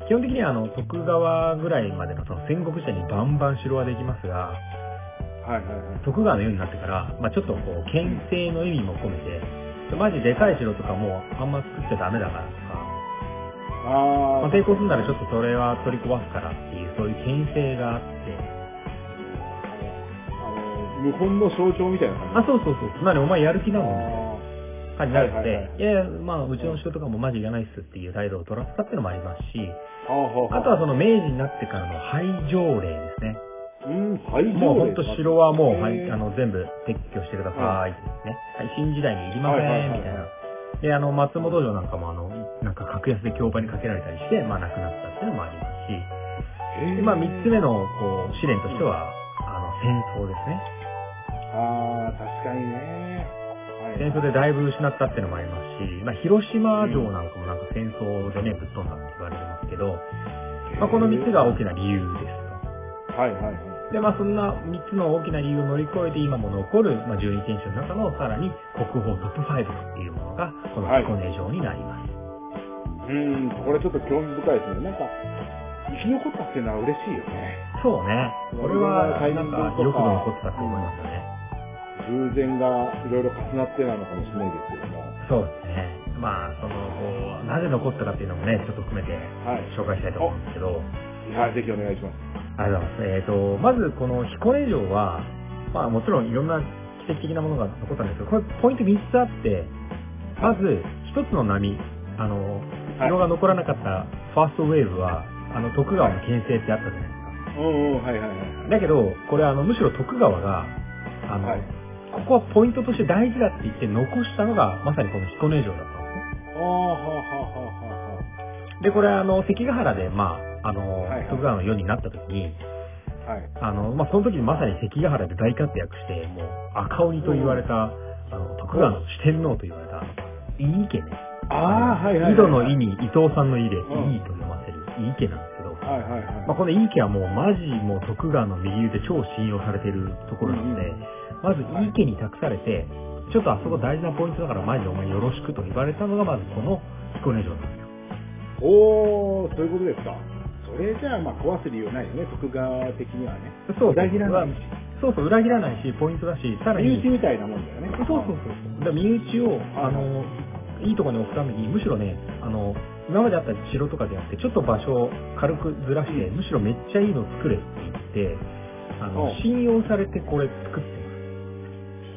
基本的にはあの徳川ぐらいまでのその戦国時代にバンバン城はできますが、
はいはいはい。
徳川のようになってから、まあ、ちょっとこう、牽制の意味も込めて、マジでかい城とかもうあんま作っちゃダメだからとか、ま
あ
あ、
ー。
抵抗するならちょっとそれは取り壊すからっていう、そういう牽制があって、
あの、無本の象徴みたいな
あ
感、じ。
そうそうそう、つまりお前やる気なのみた
あ
いな感じになるの
はいはいは
で、いやいや、まあ、うちの城とかもマジいらないっすっていう態度を取らせたっていうのもありますし、
ー。あーほうほう
あとはその明治になってからの廃城令ですね。
うん、はい、
もう本当城はもう、はい、
へー
あの全部撤去してくださいですね。はい、新時代にいりませ
はいはい
ん、
はい
みたいな。で、あの、松本城なんかもあの、なんか格安で競売にかけられたりして、まあ亡くなったっていうのもありますし、でまあ三つ目。
へー
のこう試練としては、あの、戦争ですね。
あー、確かにね。はい
戦争でだいぶ失ったっていうのもありますし、まあ広島城なんかもなんか戦争でね、ぶっ飛んだって言われてますけど、まあこの三つが大きな理由ですと。
はいはいはい。
で、まあそんな3つの大きな理由を乗り越えて今も残る、まあ、12天守の中のさらに国宝トップ5というものが、この彦根城になります。
うーん、これちょっと興味深いですね。なんか、生き残ったっていうのは嬉しいよね。
そうね。これは、なんか、よく残ってたと思いますよね。
偶然がいろいろ重なってなのかもしれないですけども。
そうですね。まあ、その、こうなぜ残ったかっていうのもね、ちょっと含めて
はい。
紹介したいと思うんですけど、
いや、ぜひお願いします。
ありがとうございます。えっ、と、まずこの彦根城は、まあもちろんいろんな奇跡的なものが残ったんですけど、これポイント3つあって、まず1つの波、あの、
はい
色が残らなかったファーストウェーブは、あの徳川の牽制ってあったじゃないです
うんうん、はいはいはい
か。だけど、これあのむしろ徳川が、あの、
はい。はい。
ここはポイントとして大事だって言って残したのが、まさにこの彦根城だったんですね。
ああ、はあはあはあは
で、これあの、関ヶ原で、まあ、あの、
はいはい
徳川の世になった時に、
あ。はい。
あの、まあ、その時にまさに関ヶ原で大活躍して、もう赤鬼と言われた、あの、徳川の四天王と言われた、井伊家ね。
ああ、はいはいはい。
井戸の井。に伊藤さんの井で、
うん
井伊と読ませる井伊家なんですけど、
はいはいはい。
まあ、この井伊家はもうマジもう徳川の右腕超信用されてるところなので、まず井伊家に託されて、ちょっとあそこ大事なポイントだからマジでお前よろしくと言われたのがまずこの彦根城なんですよ。
おー、そういうことですか。それじゃあ、まあ、壊す理由ないよね、徳川的にはね。
そう
裏切らないし。
そうそう、裏切らないし、ポイントだし、さらに、
身内みたいなもんだよね。
そうそうそうそう。だから身内を、あの、いいとこに置くために、むしろね、あの、今まであった城とかじゃなくて、ちょっと場所を軽くずらして、
うん
むしろめっちゃいいの作れって言って、あの
うん、
信用されてこれ作って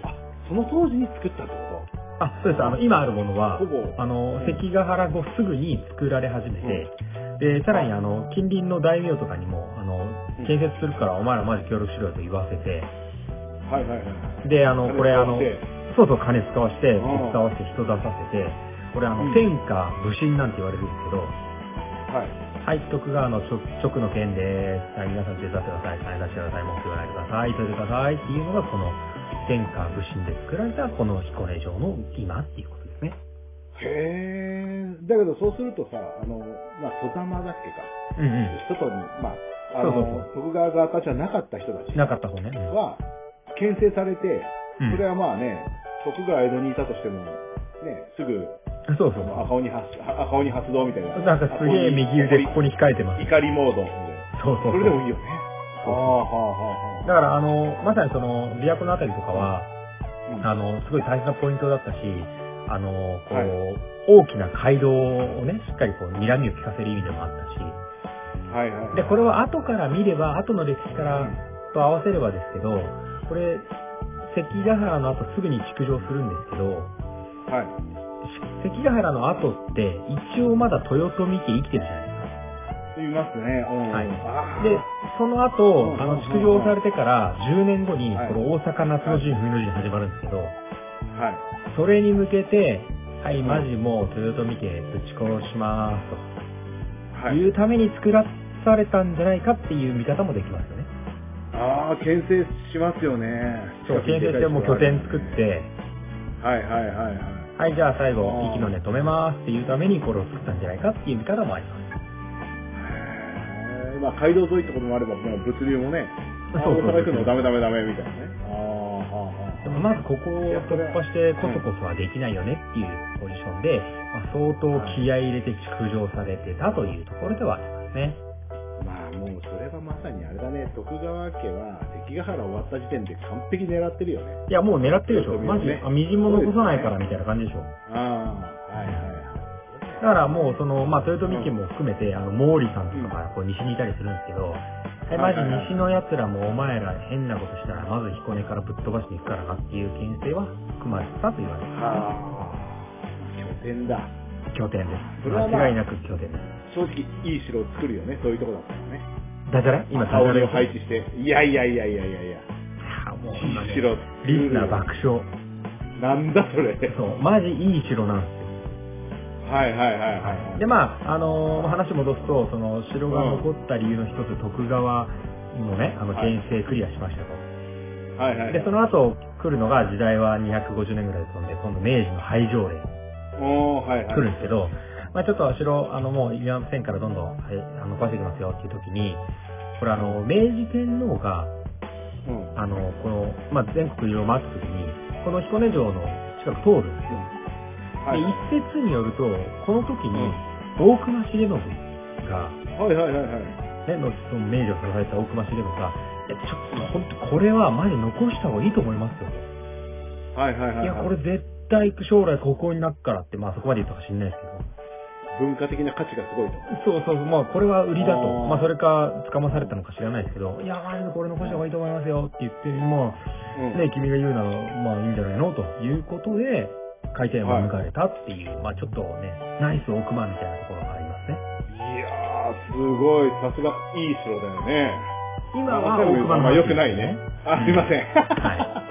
ます。
その当時に作ったってこ
あ、そうです。あの、今あるものは
ほ、ぼ
あの
うん、
関ヶ原後すぐに作られ始めて、で、さらにあの、近隣の大名とかにも、あの
うん、
建設するからお前らマジ協力しろよと言わせて、
と。はいはいはい。
で、あの、これあの
金、使って
そうそう、金使わして、
うん
使わして、人出させて、これあ
う
の
ん、
天下武神なんて言われるんですけど、
はい。
はい、徳川の直直の件です。はい、皆さん手伝ってください。金出してください。文句言わないでください。といてください。っていうのが、この、天下武神で作られた、この彦根城の今っていうことですね。
へえ。だけど、そうするとさ、あの、まあ、外様だっけか。
うんう
外に、まあ、あの、
そうそう
徳川側からじゃなかった人たち
ん。なかった方ね。うん
は、牽制されて、
うん
それはまあね、徳川江戸にいたとしても、ね、すぐ、
そう
あ
そう
の
そ
赤鬼発、赤鬼発動みたいな。
う。なんかすげえ右腕ここに控えてます。
怒りモードみたいな。
そうそ
そ
うそ
れで
う。
もいいよね。
あー
は
だから、あの、まさにその、琵琶湖のあたりとかは、
あ
あの、すごい大切なポイントだったし、あの、こう、
はい
大きな街道をね、しっかりこう、睨みを利かせる意味でもあったし、
はいはい。
で、これは後から見れば、後の歴史からと合わせればですけど、これ、関ヶ原の後すぐに築城するんですけど、
はい。
関ヶ原の後って一応まだ豊臣家生きてるじゃないですか。
いますね。うん。
はい
あー
で、その後
う、ん
あの、築城されてから10年後に、
はい
この大阪夏の陣、冬の陣始まるんですけど、
はい。
それに向けて、はい、マジもう豊臣家ぶち殺しますと
はい。
いうために作らされたんじゃないかっていう見方もできますよね。
ああ、牽制しますよね。
そう、建設でもう拠点作っ。て、
はいはいはいはい。
はい、じゃあ最後
あ、ー
息の根止めますっていうためにこれを作ったんじゃないかっていう見方もあります。
へーまあ、街道沿いってこともあれば、もう物流もね、あー
そうそう
大阪行くのダメダメダメみたいなね。ああ、はあは
でもまずここを突破してこそこそはできないよねっていうポジションで、まあ、相当気合い入れて築城されてたというところではありますね。
あ。まあ、もうそれはまさにあれだね、徳川家は関ヶ原終わった時点で完璧狙ってるよね。
いや、もう狙ってるでし
そ
ょ。
うですね
マジ、あみじんも残さないからみたいな感じでしょ。
ああ、はいはいはい。
だからもうその、まあ、豊臣家も含めて、あの、毛利さんとかがこう西にいたりするんですけど、はい、マジ
はいはいはい
西の奴らもお前ら変なことしたら、まず彦根からぶっ飛ばしていくからなっていう牽制は組まれてたと言われてま
はあ、拠点だ。
す。拠点で
そ
す。
れはまあ
間違いなく拠点です。
正直、いい城を作るよね、そういうとこだったらね。
ダジャレ今、ダジ
タオ
ャレ
ルを配置して、いやいやいやいやいやいや、
あもう
い
今
い
ね
城、
リスナー爆笑。
なんだそれ。
そう、マジいい城なんですよ。
はいはいはいはい。
で、まあ、あのー話戻すと、その、城が残った理由の一つ、徳川のね、あの、
はい
牽制クリアしましたと。
はいはいはい。
で、その後、来るのが、時代は250年ぐらい飛んで、今度明治の廃城令
おー、はいはい。
来るんですけど、まあ、ちょっと城、あの、もう、いりませんからどんどん、はい、あの、壊していきますよっていう時に、これあの、明治天皇が、
うん。
あの、この、まあ、全国を回った時に、この彦根城の近く通るんですよ。
は
で
い
一説によると、この時
う
に
ん、
大隈重信が、
はいはいはいはい。
ね、のその名誉された大隈重信が、いや、ちょっと本当これはマジ残した方がいいと思いますよ。
はいはいはいはい。
いや、これ絶対将来国宝になるからって、まあそこまで言ったか知んないです
文化的な価値がすごいと。
けど。そうそう、まあこれは売りだと。
あー
まあそれか捕まされたのか知らないですけど、いや、マジでこれ残した方がいいと思いますよって言って、ま
う
あ、ね、君が言うなら、まあいいんじゃないのということで、回転を迎えたっていう、まあちょっとね、ナイス大隈みたいなところがありますね。
いやー、すごい。さすが、いい城だよね。
今は
多
大
分
熊の
まあ
話
良くないね。あ、すいません。。
は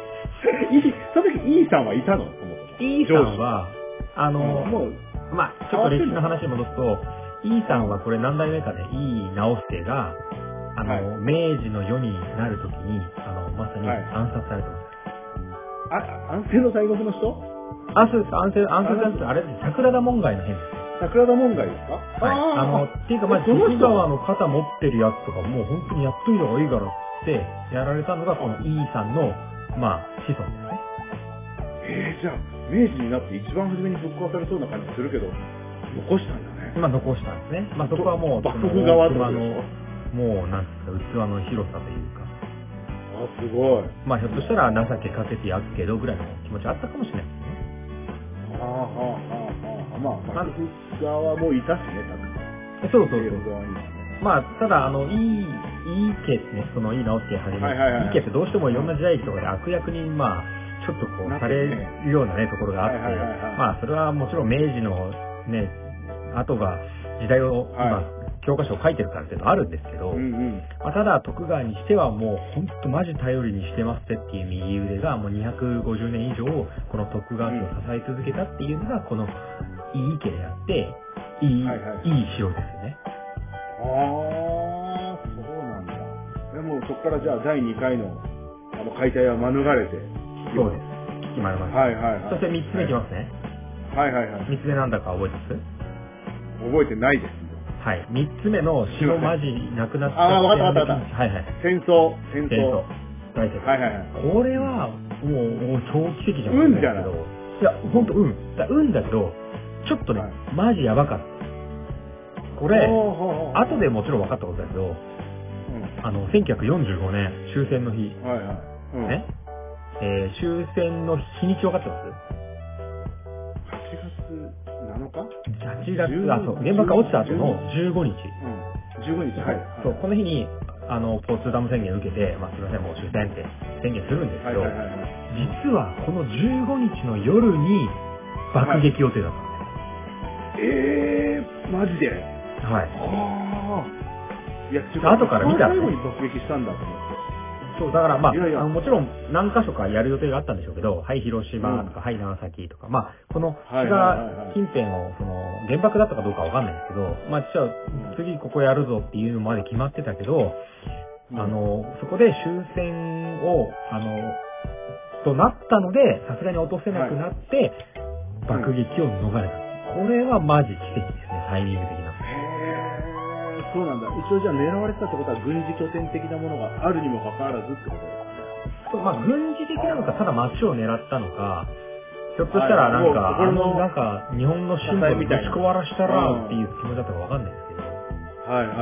い
い、その時、イーさんはいたの
い。イーさん、は、あの、
上司も
も
う、
う、まあちょっと歴史の話に戻すと、イーさんはこれ何代目かね、イー直輔が、あの、
はい
明治の世になるときに、あの、まさに
はい
暗殺されてます。
あ、安政の大国の人
あ、そうです。暗殺、暗殺されて、あれです。桜田門外の変ですね。
桜田門外ですか
はい。あの、
ー
っていうか、まあ、
その人
徳川の肩持ってるやつとかもう本当にやっといた方がいいからって、やられたのが、このイーさんの、まあ、子孫ですね。
えー、じゃあ、明治になって一番初めに復興されそうな感じするけど、残したんだね。
まあ、残したんですね。まあ、そこはもう、
幕
そ
府
の
側
大
ってこ
隈
とでし
の
ょ
もう、なんですか、器の広さというか、
あ、すごい。
まあ、ひょっとしたら情けかけてやっけどぐらいの気持ちあったかもしれないですね。
ああ、はあ、はあ、はあ。まあ、幕府側もいたしね、たくさん。
えそうそう
政
そ
府
う。
側にはね。
まあ、ただ、あの、いい、いい家ね、その、いい直って始め、
はいはいはい
い家ってどうしてもいろんな時代劇とかで悪役に、まあ、ちょっとこう、
なって
さ
る
れ
ね
るようなね、ところがあって、
はいはいはいはい
まあ、それはもちろん明治のね、後が、時代を、今、
は
教科書を書いてるからっていうのはあるんですけど、
うんうん。
まあ、ただ徳川にしてはもうほんとマジ頼りにしてますってっていう右腕がもう250年以上この徳川家を支え続けたっていうのがこのいい家であっていい,、
はい
い
はい
い、城ですよね。
ああ、そうなんだ。でも、そこからじゃあ、第2回の、あの、解体は免れて。
そうです。決まります。
はいはいはい。
そして3つ目いきますね。
はいはいはい。
3つ目なんだか覚えてます
覚えてないです。
はい。3つ目の城マジなくなった。
あーわかったわかったわか
はいはい。
戦争、戦
戦
争。。
争大丈夫。
はいはいはい。
これは、もう、もう長期的じゃ
運じゃない
けど、いや、ほんと運。だ運だけど、ちょっとね、
はい
マジやばかった。これ、
ほうほうほう
後でもちろん分かったことだけど、
う
あの、1945年、終戦の日、
ん。はいはい。うん。
ね、えー終戦の日にち分かってます
8月7日
?8 月、あ、そう、原爆が落ちた後の15
う
日。
ん。15日。はい。
そう、この日に、あの、ポーツーダム宣言受けて、まあ、すいません、もう終戦って宣言するんです
はい
けど、
はいはいはい。
実はこの15日の夜に爆撃予定だったんで
えー、マジで。
すよ。はい。
ああ。いや、
後から見たら
最後に爆撃したんだと思って。
そう、だからまあ、
いやいや
あのもちろん何箇所かやる予定があったんでしょうけど、はい、広島とか、はい、長崎とか、まあ、こ
は
の、
い
滋
はいはいは
賀
い
近辺を、その、原爆だったかどうかわかんないですけど、まあ、じゃあ、次ここやるぞっていうのまで決まってたけど、あの、そこで終戦を、あの、となったので、さすがに落とせなくなって、爆撃を逃れた。これはマジ奇跡ですね、タイミング的
へ
な。
ーそうなんだ。一応じゃあ狙われてたってことは軍事拠点的なものがあるにもかかわらずってこと
そうまあ、軍事的なのか、ただ街を狙ったのか、ひょっとしたらなんか、
はい
あ
もう心の
の、なんか、日本のシンボルぶち壊らしたらっていう気持ちだったかわかんないですけど、
はいはい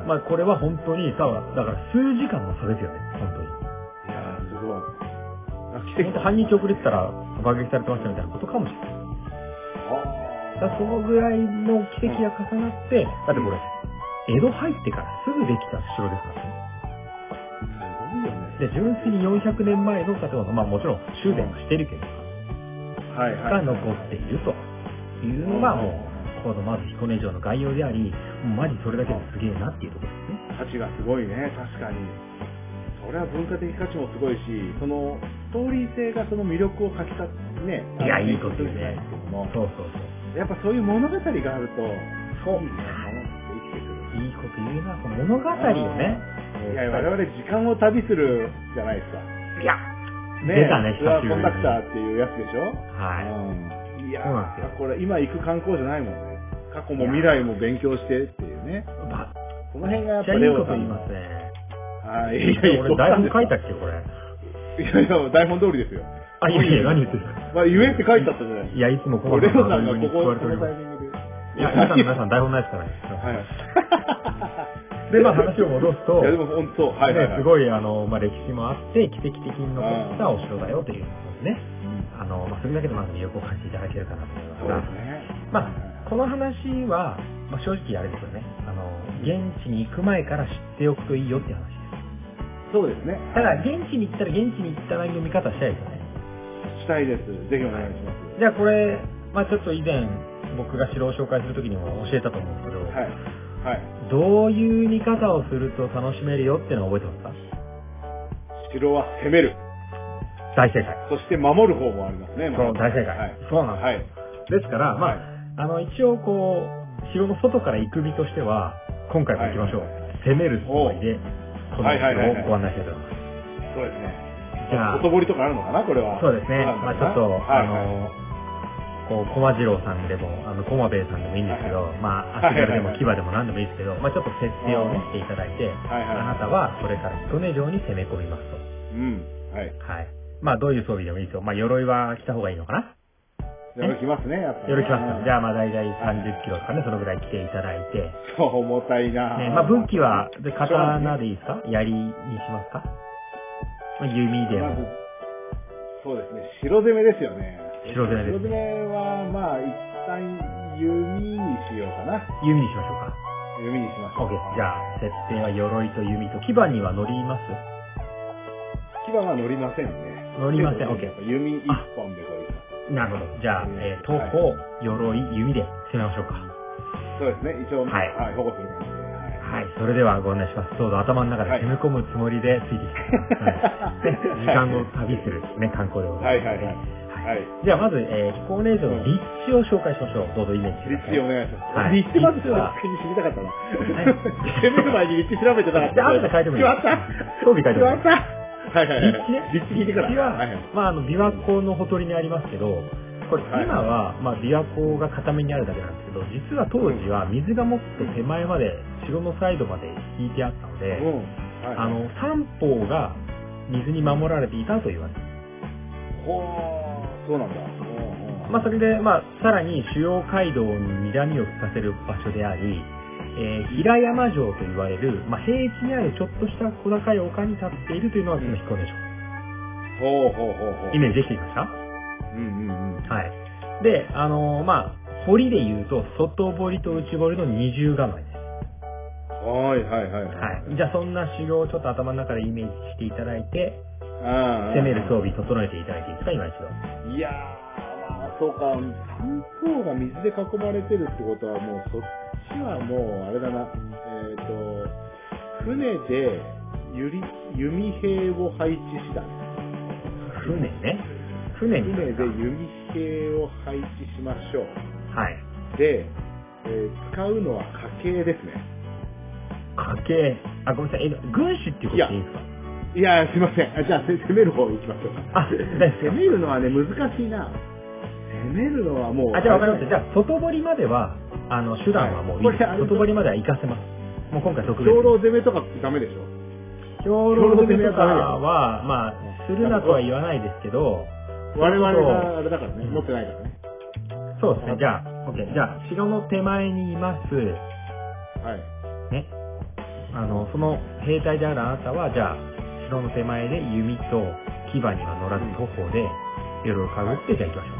はいはい。
まあ、これは本当に、ただ、だから数時間の差ですよね、本当に。
いやーすごい。あ奇
本当半日遅れてたら爆撃されてましたみたいなことかもしれない。
あ
だからそのぐらいの奇跡が重なって、だってこれ、江戸入ってからすぐできた城ですからね。
ーすごいよね。
で、純粋に400年前の建物、まあもちろん修繕はしてるけど、
はいはい。
が残っているというのが、もう、このまず彦根城の概要であり、もうマジそれだけですげえなっていうところですね。
価値がすごいね、確かに。それは文化的価値もすごいし、その、ストーリー性がその魅力をかきたね。
いや
あの
いいこと言う
い
ね
いこと言うんですけども
そうそうそ
やっぱそういう物語があると、
そ
いい
う
ね、物って生きてくる。
う。いいこと言うな、この物語をね。
いや、我々時間を旅するじゃないですか。
いや、
ね
出たね、
ツア
久
ーコン
しぶりに。
ダクターっていうやつでしょ
はい。
うんいや
そうなんです
ー、これ今行く観光じゃないもんね。過去も未来も勉強してっていうね。
ば
この辺がやっ
じ
ぱ
ゃあい
レ
い
オ
こ
さ
と言
ん
い
の。
ますね。
はい。いやいや
俺台本書いたっけ、これ。
いやいや、台本通りですよ。
あ、いやいや、何言ってる
まあ、言えって書いてあったじゃないです
いや、いつもこ
か。
こ
レオさんがここ、こ
座
の
れておりま
タイ
す。
ミングで。
いや、皆さん皆さん台本ないですからね。
はい。
で、まあ話を戻すと、
いや、でも本当、はいはい
ね
はい。
すごいあの、まあ、歴史もあって奇跡的に残ったお城だよということですね、あのまあ、それだけでまず魅力を感じていただけるかなと思います
そう
が
です、ね。
まあ、この話は、まあ、正直あれですよねあの現地に行く前から知っておくといいよっていう話です
そうですね。
ただ現地に行ったら現地に行ったなりの見方したいですよね
したいです。ぜひお願いします。
じゃあこれ、まあ、ちょっと以前僕が城を紹介する時にも教えたと思うんですけど、
はい。はい。
どういう見方をすると楽しめるよっていうのは覚えてますか
城は攻める。
大正解
そして守る方もありますね。ま
そう
だ
大正解、
はい。
そうなんで
は
すよ、
い。
ですから、まあ、
はい
あの、一応こう、城の外から行く身としては、今回も行きましょう。
はいはいはい
攻めるつもりで、この
はいはいはいはい
城をご案内したいと思います。
そうですね。
じゃあ
外、堀とかあるのかなこれは。
そうです
どう
ね。
なん
まあ
だ
ちょっ
ろ
と、
うなはいはい
あの、こう、駒次郎さんでも、あの、駒兵衛さんでもいいんですけど、
はい
まあ、足軽で
は
も
いはいはい
牙でも何でもいいですけど、まあちょっと設定をね
うん、
していただいて、
はいはい
あなたはこれから彦根城に攻め込みま
う
す
ん。はい。
と。はい。まあどういう装備でもいいですよ。まあ鎧は着た方がいいのかな
夜来ますね、やっぱり。
鎧着ますから。じ
ゃ
ゃあまあ大体30キロとかね、そのぐらい着ていただいて、
そう、重たいな
ね、まあ武器は、で刀でいいですか槍にしますかまあ弓で
まず
も。、
そうですね、白攻めですよね。
白攻めで
白
す
攻めは、まあ、一旦弓にしようかな。
弓にしましょうか。
弓にしましょう。
OK。じゃ
あ。
あ、設定は鎧と弓と牙には乗ります
牙は乗りませんね。
乗りません
けど
OK
弓一本でこい
なるほど。じゃあ、えー、徒
はい
歩、鎧、弓で攻めましょうか。
そうですね、一応、
はい
はい、保護する感じで。はい
はい。それではご案内します。どうぞ頭の中で攻め込むつもりでついてきてくだ さい。ね時間を旅する、ね、観光でございます
はい
ので。
はいはい
じゃあ、まず、えー、彦根城の立地を紹介しましょう。どうぞイメージしてく
立地
ださい。
お願いします。
はい
立地まず
立地は
先に知りたかったな。
い
攻める前に立地調べてなかった。
じゃあ後で書いてもいい
決まった
装備書いてもいい
決まったはいはいはい
立地ね。
立地聞いてから。
立地は
はいはい、
まあ、あの、琵琶湖のほとりにありますけど、これ、
はい
今は、まあ、琵琶湖が片面にあるだけなんですけど、実は当時は水がもっと手前まで、城のサイドまで引いてあったの
う
で、
ん。はい
あ、の、三方が水に守られていたと言われてます。
ほー、そうなんだ。うんうん
まあ、それで、まあ、さらに主要街道に睨みを利かせる場所であり、えー平山城と言われる、まあ、平地にあるちょっとした小高い丘に立っているというのがこの彦根城。
ほうほうほうほう。
イメージできていました
うんうんうん。
はい。で、あのーまあ、堀で言うと、外堀と内堀の二重構えです。
はいはいはいはい。
はい。じゃあそんな修行をちょっと頭の中でイメージしていただいて、
ああ
攻める装備整えていただいていいですか、今一度。
いやー、まあ、そうか、三方が水で囲まれてるってことは、もうそっちはもう、あれだな、えっ、と、船でゆり弓兵を配置したね。
船ね。船に。
船で弓兵を配置しましょう。
はい。
で、えー使うのは家計ですね。
家計。あ、ごめんなさい。え、軍師っていうことでいいんですか
いやー、すいません。あじゃあ、せ攻める方行きましょう か。
あ大丈夫です
攻めるのはね、難しいな。攻めるのはもう。
あ、じゃあ分かりました。じゃあ、外堀までは、あの、手段はもういいです。
はいこれあれ
外堀までは行かせます。もう今回特別に。
兵糧攻めとかってダメでしょ
兵糧攻めとかは、まあ、するなとは言わないですけど、
我々があれだからね、持ってないからね。
そうですね。じゃあ、OK。じゃあ、城の手前にいます。
はい。
ね。あの、その兵隊であるあなたは、じゃあ、城の手前で弓と牙には乗らず徒歩で、夜をかぶって、じゃあ行きましょ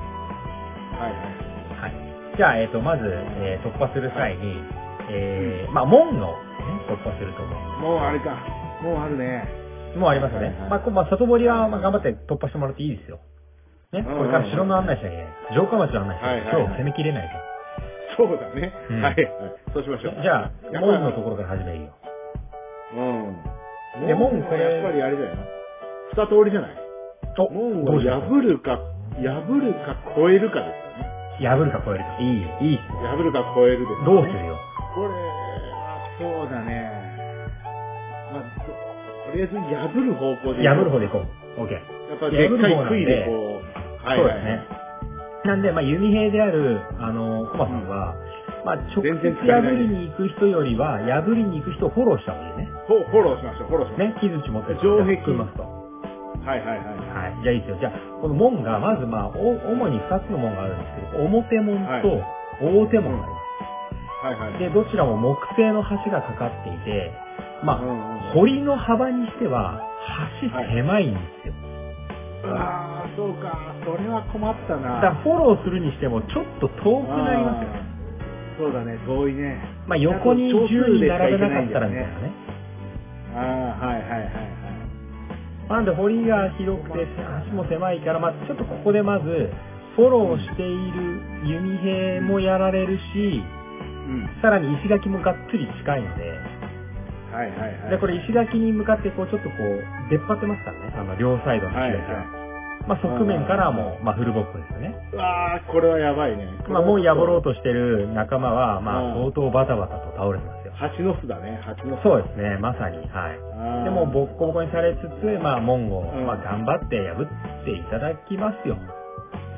う。
はいはい。
はい。じゃあ、えっ、と、まず、えー突破する際に、えーまあ、門の、ね、突破すると思う。
もうあれか。もうあるね。
もうありますよね。
はいはい
まあ、こまあ、外堀は、まあ、頑張って突破してもらっていいですよ。ね、
うんうんうん
これから城の案内しなきゃいけない。城下町の案内しなきゃいけない。
はいはいはい
今日攻めきれないか
そうだね。
うん
はいはい。そうしましょう。
ら。じゃあ、
やっぱり
門のところから始めるよ。
うん。
で門これ
やっぱりあれだよな。二通りじゃない。
お
門
ど
を
うします
破るか、破るか超えるかですよね。
破るか超えるか。いいよ、いいっすよ
破るか超えるですよね。
どうするよ。
これは、そうだね。まあ、ととりあえず破る方向で。
破る方でいこう。オッケー。
やっぱでっかい杭で
破る
こう。は
そうですね。。なんで、まあ、弓兵である、あの、コマさんは、まあ、直接
全然疲れ
破
ない
りに行く人よりは、破りに行く人をフォローした方がいいね。
フォフォローしましょう、フォローしましょう。
ね、木槌持ってる
城壁
組ますと。は。
はいはいはい
じゃあいいですよ。じゃあ、この門が、まずまあ、お主に2つの門があるんですけど、表門と表門がありま
い。はいは
す。
い。
で、どちらも木製の橋がかかっていて、ま
うんうん
あ、堀の幅にしては、橋狭いんですよ。
ああ、そうか。それは困ったな。
だからフォローするにしても、ちょっと遠くなりますよね。
あーそうだね、遠いね。
まあ、横に10人並べなかったらみたいなね。
ああ、はいはいはいはい。
なんで堀が広くて足も狭いから、まあ、ちょっとここでまずフォローしている弓兵もやられる
う
し、
ん。
さらに石垣もがっつり近いので、
はいはいはい。
でこれ石垣に向かってこうちょっとこう出っ張ってますからね、あの両サイドの石
は
垣
い
が。
は
まあ、側面からはもう、まあ、フルボッコですよね。
い。わあ、これはやばいね。
まあ、もう破ろう
と。
としてる仲間は、まあ、
う
相
ん
当バタバタと倒れてますよ。
蜂の巣だね、蜂の巣。
そうですね、まさに。はい。
あー
でも、ボッコボコにされつつ、まあ、門を、
うん
まあ、頑張って破っていただきますよ。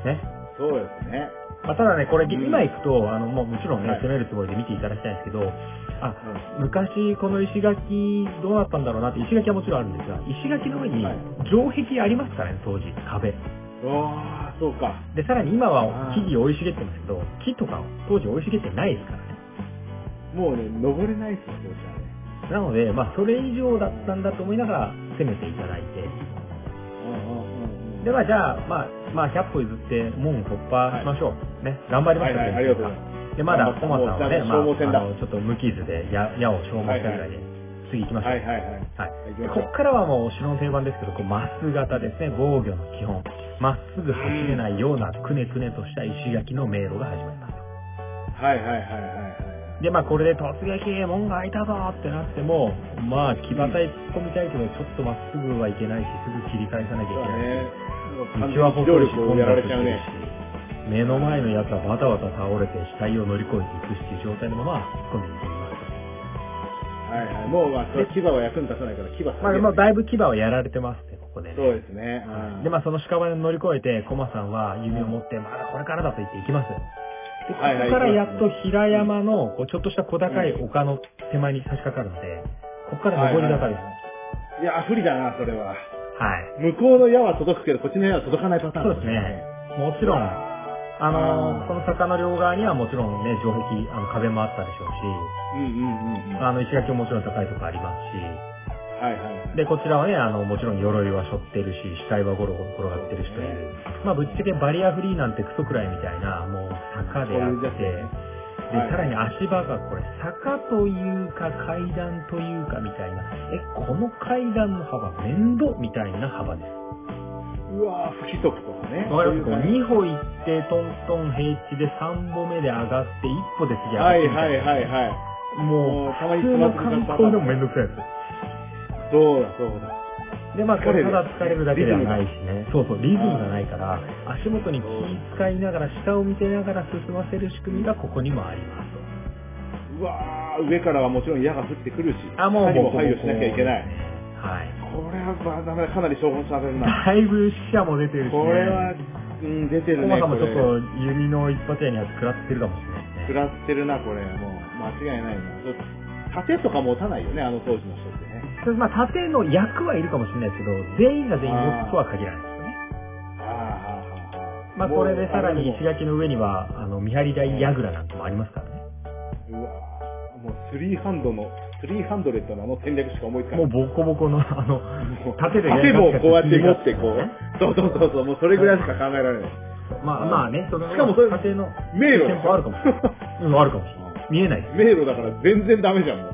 ね。
そうですね。
まあ、ただね、これ、
ん
今行くと、あの、もう、もちろんね、
はい
攻めるつもりで見ていただきたいんですけど、あ、昔、この石垣、どうなったんだろうなって、石垣はもちろんあるんですが、石垣の上に
はい、
城壁ありますからね、当時、壁。
うん。わあ、そうか。
で、さらに今は
あ
木
ー
々生い茂ってますけど、木とか当時生い茂ってないですからね。
もうね、登れないっすよ、そうしたらね。
なので、まあ、それ以上だったんだと思いながら攻めていただいて、
うんうんうんうん。
ではじゃあ、まあ、まあ、100歩譲って門突破しましょう。ね、頑張りました
はいはいありがとうござい
で、まだ、コマさんはね、まあ、あ
もうだいぶ消耗戦だ
の、ちょっと無傷で、矢矢を消耗したぐらいで、次行きましょう。
は
はいい。
はいはい。行き
で
ましょ
こ
う
っからはもう、お城の定番ですけど、こう、まっすぐ型ですね、防御の基本。まっすぐ走れないような、くねくねとした石垣の迷路が始まります。
はいはいはいはいはい。
で、まあ、これで突撃、門が開いたぞってなっても、まあ、騎馬隊突っ込みたいけど、ちょっとまっすぐはいけないし、すぐ切り返さなきゃ
そうだね。
いけない。
完
道は
全に機動力をやられちゃうね。
目の前の奴はバタバタ倒れて死体を乗り越えていくし、状態のまま突っ込んでいきます。
はいはい。もう、まあ、それ牙は役に立たないから、牙下げる
まあ、でもだいぶ牙はやられてますね、ここでね。
そうですね。うん
で、まあ、その屍を乗り越えて、コマさんは弓を持って、まだこれからだと言って行きます。で、ここ
はいはい
からやっと平山の、こう、ちょっとした小高い丘の手前に差し掛かるので、ここから上り坂です。
いや、不利だな、それは。
はい。
向こうの矢は届くけど、こっちの矢は届かないパターン
そうですね。もちろん、あのー、この坂の両側にはもちろんね、城壁、あの壁もあったでしょ
う
うし、
んうんうんうん。は
あの石垣ももちろん高いとこあります
いはいはい。
し、で、こちらはね、あの、もちろん鎧は背負ってるし、死体はゴロゴロ転がってるしという、まあ、ぶっちゃけバリアフリーなんてクソくらいみたいな、もう坂
そう
であっ
いうやつ
て、で、
はい
さらに足場がこれ、坂というか階段というかみたいな、え、この階段の幅、面倒みたいな幅です。
うわぁ、不規則とかね。
わかります
そういう感じ
?2 歩行って、トントン平地で3歩目で上がって、1歩で次上が
は
って
い
みた
はいい
な。
はいはい。
もう、
たまに
普通
つま
の
ずくパ
観
ターン
光でもめんどくさいやつ。
そうだそうだ。
で、まあ、これただ疲れるだけではないしね。そうそう、リズムがないから、足元に気使いながら、下を見てながら進ませる仕組みがここにもありますと。
うわぁ、上からはもちろん矢が降ってくるし、
あ、も
他
う、
にも
もう、
配慮しなきゃいけな
もう
い。。
はい。
これはまあだめだかなり消耗されるな。
だいぶ死者も出てるし、ね。
これは、うん、出て
コ
るね。
マさ
こ
んもちょ
れ
っと弓の一発屋には食らってるかもしれな
食
いですね。
らってるな、これ。もう、間違いないな。ちょっと盾とか持たないよね、あの当時の人ってね。
まあ、盾の役はいるかもしれないですけど、全員が全員持つとは限らないですよね。
ああ、ああ、ああ。
まあ、これでさらに石
うわ
垣の上には、あの、見張り台櫓なんかもありますからね。
ぁ、もうスリーハンドの、スリーハンドレッドのあの戦略しか思いつかな
も
い。
うボコボコの、あの、
もう
盾でね
盾もこうやって持
ガ
っ
ツガツ
て、
やって
こう。そうそうそうそう、もうそれぐらいしか考えられない。
まあ、まあね、その、
しかもそれ
盾の、
迷路
店舗あるかもしれない。うん、あるかもしれない。見えないです。
迷路だから全然ダメじゃん、もう。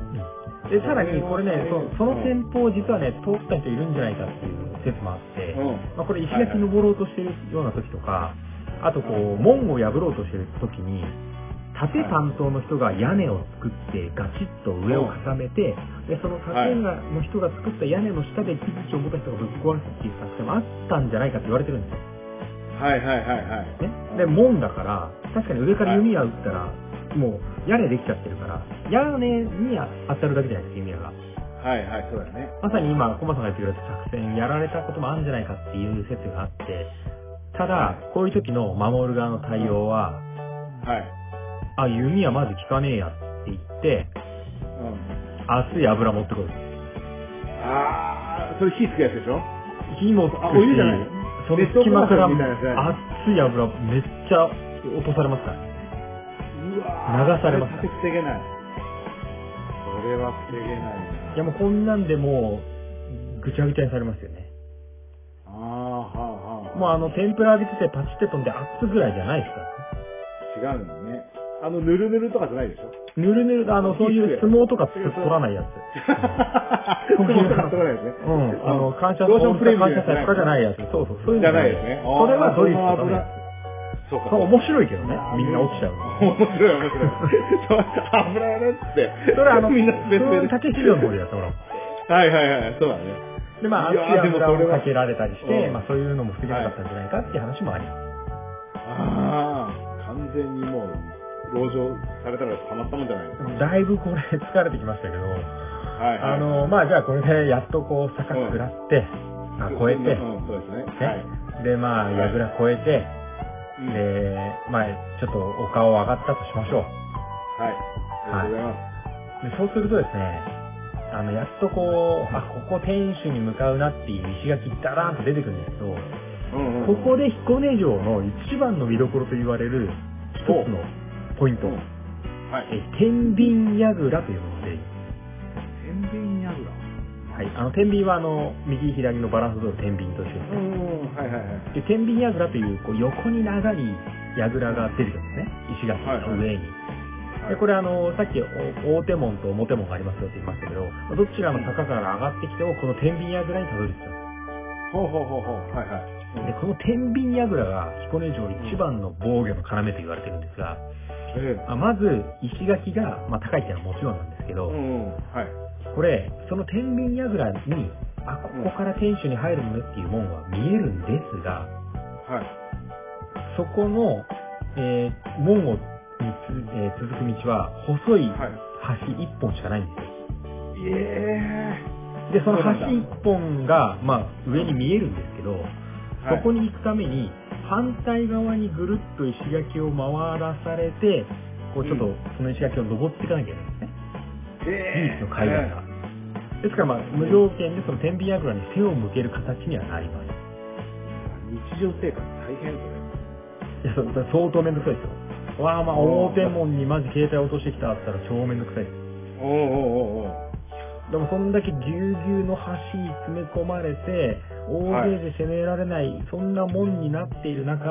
で、さらにこれね、
うん
そその戦法実はね、通った人いるんじゃないかっていう説もあって、
うん
まあ、これ石垣登ろうとしてるような時とか、あとこう、門を破ろうとしてる時に、盾担当の人が屋根を作って、ガチッと上を固めて、で、その盾が、の人が作った屋根の下で木槌を持った人がぶっ壊すっていう作戦もあったんじゃないかって言われてるんですよ。
はいはいはいはい。
ね、で門だから確かに上から弓矢打ったら、もう屋根できちゃってるから屋根に当たるだけじゃないですか弓矢が
はいはい、そうだね。
まさに今コマさんが言ってくれた作戦やられたこともあるんじゃないかっていう説があってただこういう時の守る側の対応は、
はい。
あ弓矢まず効かねえやって言って
うん。
熱い油持ってこい
ああ、それ火つくやつでしょ
火もつくし
あお湯じゃないの
その隙間から
熱湯コマーシャルみたいなやつじゃない
熱い油めっちゃ落とされますから
うわー
流されます。
それ防げない。それは防げないない
やもうこんなんでもうぐちゃぐちゃにされますよね
ああ、はあ、はあ。
もうあの、天ぷら揚げててパチって飛んで熱ぐらいじゃないですか。
違うんだね。あの、ぬるぬるとかじゃない でしょ
ぬるぬる、あの、そういう相撲とかつ取らないやつ。
そういうことかないですね。
うん。あの、感謝
ローションプレミア
感
ム
謝祭とかじゃないやつ。そうそう、そういうの
じゃないですね。
それはドリフとかね。
そうか。
まあ面白いけどね。みんな落ちちゃう。
面白い面白い。 そう油やねって。
それはあの、
みんな別々で。
竹市場の方でやってもらおう。
はいはいはい、そうだね。
で、まあ、
い
熱
や
い
ーでもそれは
油をかけられたりして、
うん
まあ、そういうのも防げなかったんじゃないかっていう話もあります。
ああ、完全にもう、籠城されたらたまったもんじゃないですか。
だいぶこれ疲れてきましたけど、
はい、はい。
あの、まあ、じゃあこれでやっとこう、坂下って、まあ、越えて、
うん、そうですね。はい。
ね、で、まあ、
はい
櫓越えて、
うん
で、まあ、ちょっとお顔上がったとしましょう。
はい。ありがとうございます。
でそうするとですね、あの、やっとこう、あ、ここ天守に向かうなっていう石垣ダラーンと出てくるんですけど、
うんうんうん
ここで彦根城の一番の見どころと言われる一つのポイント、
うんはい。
え、天秤櫓というもので、
天秤櫓。
はい、あの、天秤はあの、右左のバランスを取る天秤と一緒です
う
ね。
ん、はいはいはい。
で、天秤櫓という、こう、横に長い櫓が出てくるんですね。石垣の上に。で、これあの、さっきお大手門と表門がありますよって言いましたけど、どちらの坂から上がってきても、この天秤櫓にたどり着くん
ほうほうほうほう。はいはい。
です。で、この天秤櫓が彦根城一番の防御の要と言われてるんですが、
ええ
まあまず石垣が、まあ、高いっていうのはもちろんなんですけ
う
ど、
んうん、はい。
これ、その天秤櫓に、あ、ここから天守に入るのねっていう門は見えるんですが、
はい。
そこの、えー門を、につえー続く道は細い
はい。
橋一本しかないんですよ。
え
で、その
そうなんだ
橋一本が、まあ、上に見えるんですけど、
えはい。
そこに行くために、反対側にぐるっと石垣を回らされて、こうちょっ
う
とその石垣を登っていかなきゃいけないんですね。
え
唯
え
一の階段が。ですから、まあ、無条件でその天秤櫓に背を向ける形にはなります。
日常生活大変そ
いや、そそれ相当めんどくさいですよ。わあ、まあ、大手門にまず携帯落としてきたったら超めんどくさいです。
れ。おうおうおうおう。
でもそんだけぎゅうぎゅうの橋に詰め込まれて、大勢で攻められない、そんな門になっている中、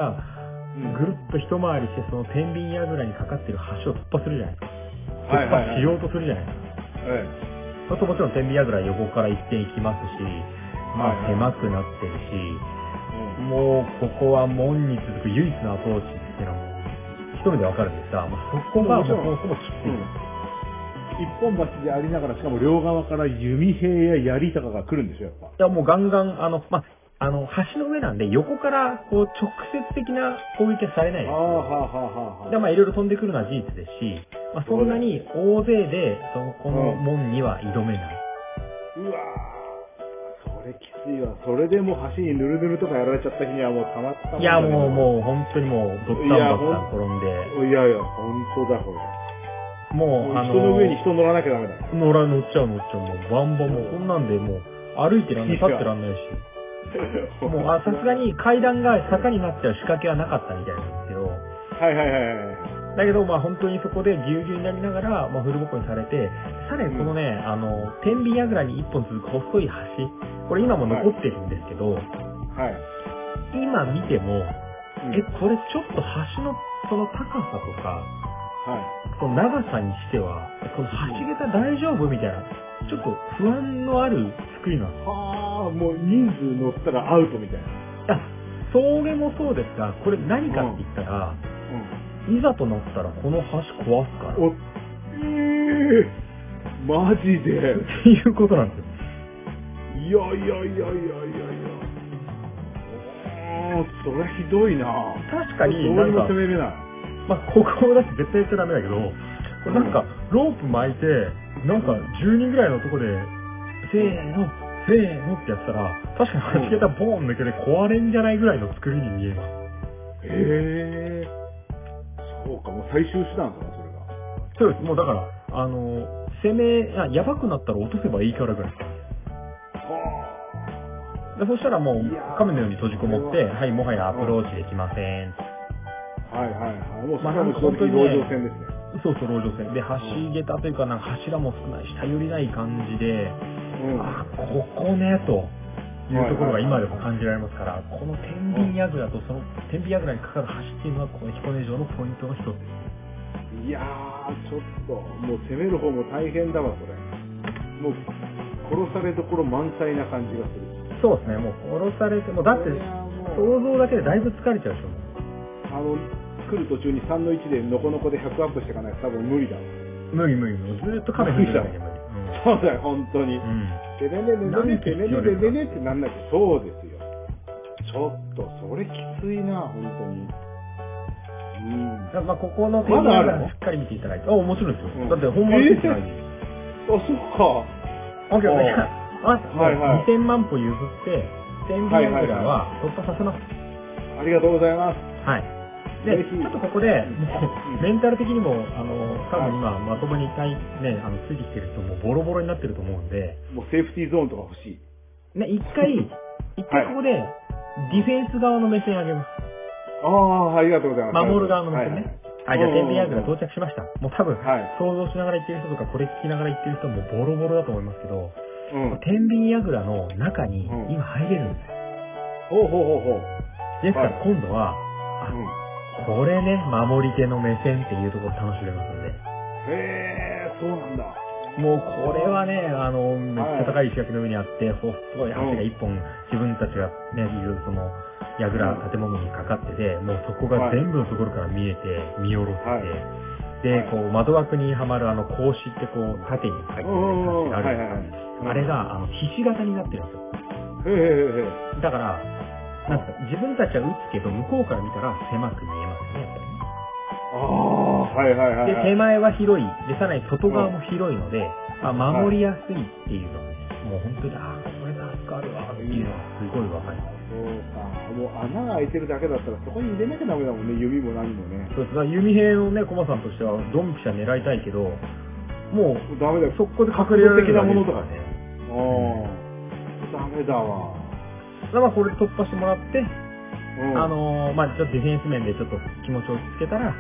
うん
ぐるっと一回りして、その天秤櫓にかかってる橋を突破するじゃないですか。
はいはいは
突破
い
しようとするじゃないです
え
か。あともちろん天秤櫓横から一点行きますし、まあ
はい
狭くなってるし、
えうん
もうここは門に続く唯一のアプローチっていうのはもう一目でわかるんですが、もうそこがもうそもそもきつい。
一本橋でありながら、しかも両側から弓兵や槍とかが来るんでしょ、やっぱ。
いやもうガンガン、あの、まあ、あの、橋の上なんで横からこう直接的な攻撃はされないです
ああ、はあはあはあ。
で、まあ、いろいろ飛んでくるのは事実ですし、まあ、そんなに大勢で、そこの門には挑めない。
うわーそれきついわ。それでもう橋にぬるぬるとかやられちゃった日にはもうたまったもんだね
いや、もう、もう、本当にもう、どったんばったん転んで、
いやいや、本当だ、これ。
もう、あ
人
の、
の上に人乗らなきゃダメだね。
乗ら乗っちゃう乗っちゃう、もう、バンバンもう、そんなんで、もう、歩いてらんない、立ってらんないし。もう、あ、さすが。に階段が坂になっちゃう仕掛けはなかったみたいなんですけど、
はいはいはいはい。
だけど、まあ本当にそこでぎゅうぎゅうになりながら、まあフルボコにされて、さらにこのね、あの、天秤櫓に一本続く細い橋、これ今も残ってるんですけど、
はい。
今見て
う
も、
ん
え、これちょっと橋のその高さとか、
は
この長さにしては、この橋桁大丈夫みたいな、ちょっと不安のある作りなんです。
い。はあ、もう人数乗ったらアウトみたいな。
あ、草原もそうですが、これ何かって言ったら、いざとなったらこの橋壊すから。
お、ええマジで。
っていうことなんですよ。
いやいやいやいやいやいや。おー、それひどいな。
確かに、
ど
な
うに
ん
も
か
攻、めれない。
まあ、ここだって絶対やっちゃダメだけど、これなんか、ロープ巻いて、なんか、10人ぐらいのとこで、せーの、せーのってやってたら、確かに橋桁ボーン抜けて壊れんじゃないぐらいの作りに見えま
へ
す。
え。そうか、もう最終手段かな、それが。
そうです。もうだから、あの、攻め、あやばくなったら落とせばいいからぐらい。
は
でそしたらもう
いやー、
亀のように閉じこもっ
こ
て、
れは
はい、もはやアプローチできません。
あ。はいはいはい。もうそれ
まあ
はもう
本
正
当
直
に
籠
ね
城戦ですね。
そうそう、籠城線。で、橋桁というか、なんか柱も少ないし、頼りない感じで、
うん。
あここねというところが今でも感じられますから、この天秤櫓とその天秤櫓にかかる橋っていうのはこの彦根城のポイントの一つです
いやー、ちょっと、もう攻める方も大変だわ、それ。もう、殺されどころ満載な感じがする。
そうですねもう殺されてもうだって
いやーもう
想像だけでだいぶ疲れちゃうでしょ
あの、来る途中に3の1でのこのこで100アップしていかないと多分無理だわ。
無理無理無理ずーっと亀見てるだけで無理
そうだよ、本当に
う。ん、
てれれれれれてれれれれれってなんなきゃそうですよ。ちょっと、それきついな、本当に。うん。
うんまあ、ここの天秤
まだある
櫓
の
しっかり見ていただいてあ面白いですよ、
うん
だって本物見てないです
あ、そっか。
あ、けどね、あ、
はいはい
2000万歩譲って天秤櫓は突破させます
ありがとうございます。
はい。で、
ぜひ
ちょっとここで、もう、メンタル的にも、あの、多分今、まともに体、ね、あの、ついてきてると、もうボロボロになってると思うんで、
もうセーフティーゾーンとか欲しい。
ね、一回、一回ここで、ディフェンス側の目線上げます。
ああ、ありがとうございます。
守る側の目線ね。
は
はいい、
は
じ
い
ゃあ、天秤櫓到着しました。もう多分、
はい
想像しながら言ってる人とか、これ聞きながら言ってる人もボロボロだと思いますけど、
うん。うん。
天秤櫓の中に
うん
今入れるんですよ。
ほうほうほうほう。
ですから
は
今度は、あ
うん。
これね、守り手の目線っていうところを楽しめますんで。
へえ、そうなんだ。
もうこれはね、あの、めっちゃ高い石垣の上にあって、細い橋が一本、自分たちがね、いるその、櫓、建物にかかってて、もうそこが全部のところから見えて、見下ろせて、
はい
で、こう、窓枠にはまるあの、格子ってこう、縦に入ってる
うんうんうん
橋があるんですか
はいはいはい
あれが、あの、ひし形になってるんです
へ
よ。
えへえへ
だから、なんですか、自分たちは打つけど、向こうから見たら狭く見えますね、やっぱりね。
ああ、はいはいはい
で、
はい。
手前は広い。で、さらに外側も広いので、まあ、守りやすいっていうのはね、もう本当に、ああ、これ助かるわ、っていうのはすごいわかります。
そうか。もう穴が開いてるだけだったらそこに入れなきゃダメだもんね、指も何もね。
そうです。だから弓兵をね、コマさんとしては、ドンピシャ狙いたいけど、
もう
もう、
ダメだよ。
そこで隠れられるだけで
的
す
なものとか
ね。
うん。ダメだわ。
だからまあ、これ突破してもらって、
うん。
あ、のーまあ、ちょっとディフェンス面でちょっと気持ちを落ち着けたら、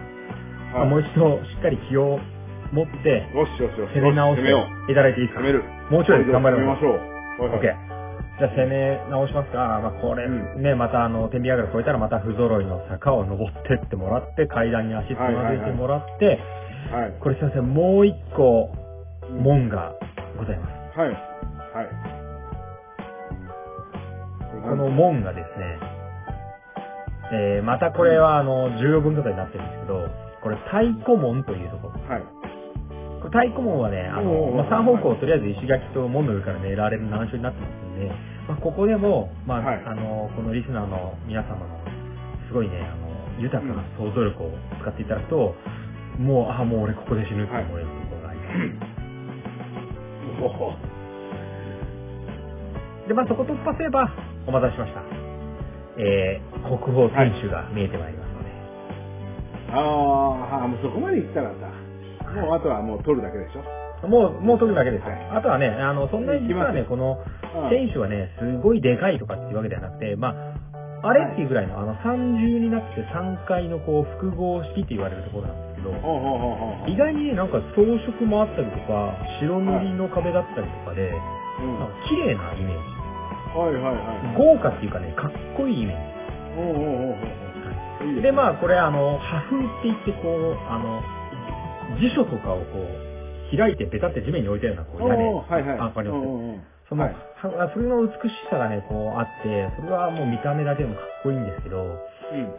ま
は
あ
い、
もう一度しっかり気を持って、
よしよしよし。
攻め直して
よし
いただいていいです
攻
か
めよう。攻める。
もうちょいです頑張り
攻め
ま
ま
し
しょう。
ょう。
はいはい
OK。じゃあ攻め直しますか。あーまあ、これ、ね、またあの、天秤上がり越えたらまた不揃いの坂を登ってってもらって、階段に足つまずいてもらって、
はい。
これすいません、もう一個、門がございます。
はい。はい。
この門がですね、えー、またこれはあの、重要文化財になってるんですけど、これ太鼓門というところ。
はい。
これ太鼓門はね、あ
おうお
の、
う
まあ、3方向とりあえず石垣と門の上から狙われる難所になってますんで、まあ、ここでも、まあ、
はい
あの、このリスナーの皆様の、すごいね、あの、豊かな想像力を使っていただくと、もう、あ、もう俺ここで死ぬって思えるところがあります。
おお。
で、まあ、そこ突破すれば、お待たせしました。えー、国宝天守が見えてまいりますので、
ああ、あもうそこまで行ったらさ、もうあとはもう取るだけでしょ。
もう、もう解くだけです
は
よ
い
あとはね、あの、そんなに実はね、
行きますよ
この、
うん
選手はね、すごいでかいとかっていうわけではなくて、まあ、あれっていうぐらいの、あの、三重になって3階のこう、複合式って言われるところなんですけど、
ほうほうほうほうほう。
意外にね、なんか装飾もあったりとか、白塗りの壁だったりとかで、
うん
なんか綺麗なイメー
はいはいはい。
ジ。豪華っていうかね、かっこいいイメー
おうおうおうおういい
ジ。
す
で、まあ、これあの、破風って言ってこう、あの、辞書とかをこう、開いてベタって地面に置いたようなこう
おう
屋根。
おうはいはい。
あわかりま
おう
す
おうおう
その、
はい
はそれの美しさがね、こうあって、それはもう見た目だけでもかっこいいんですけど、
うん。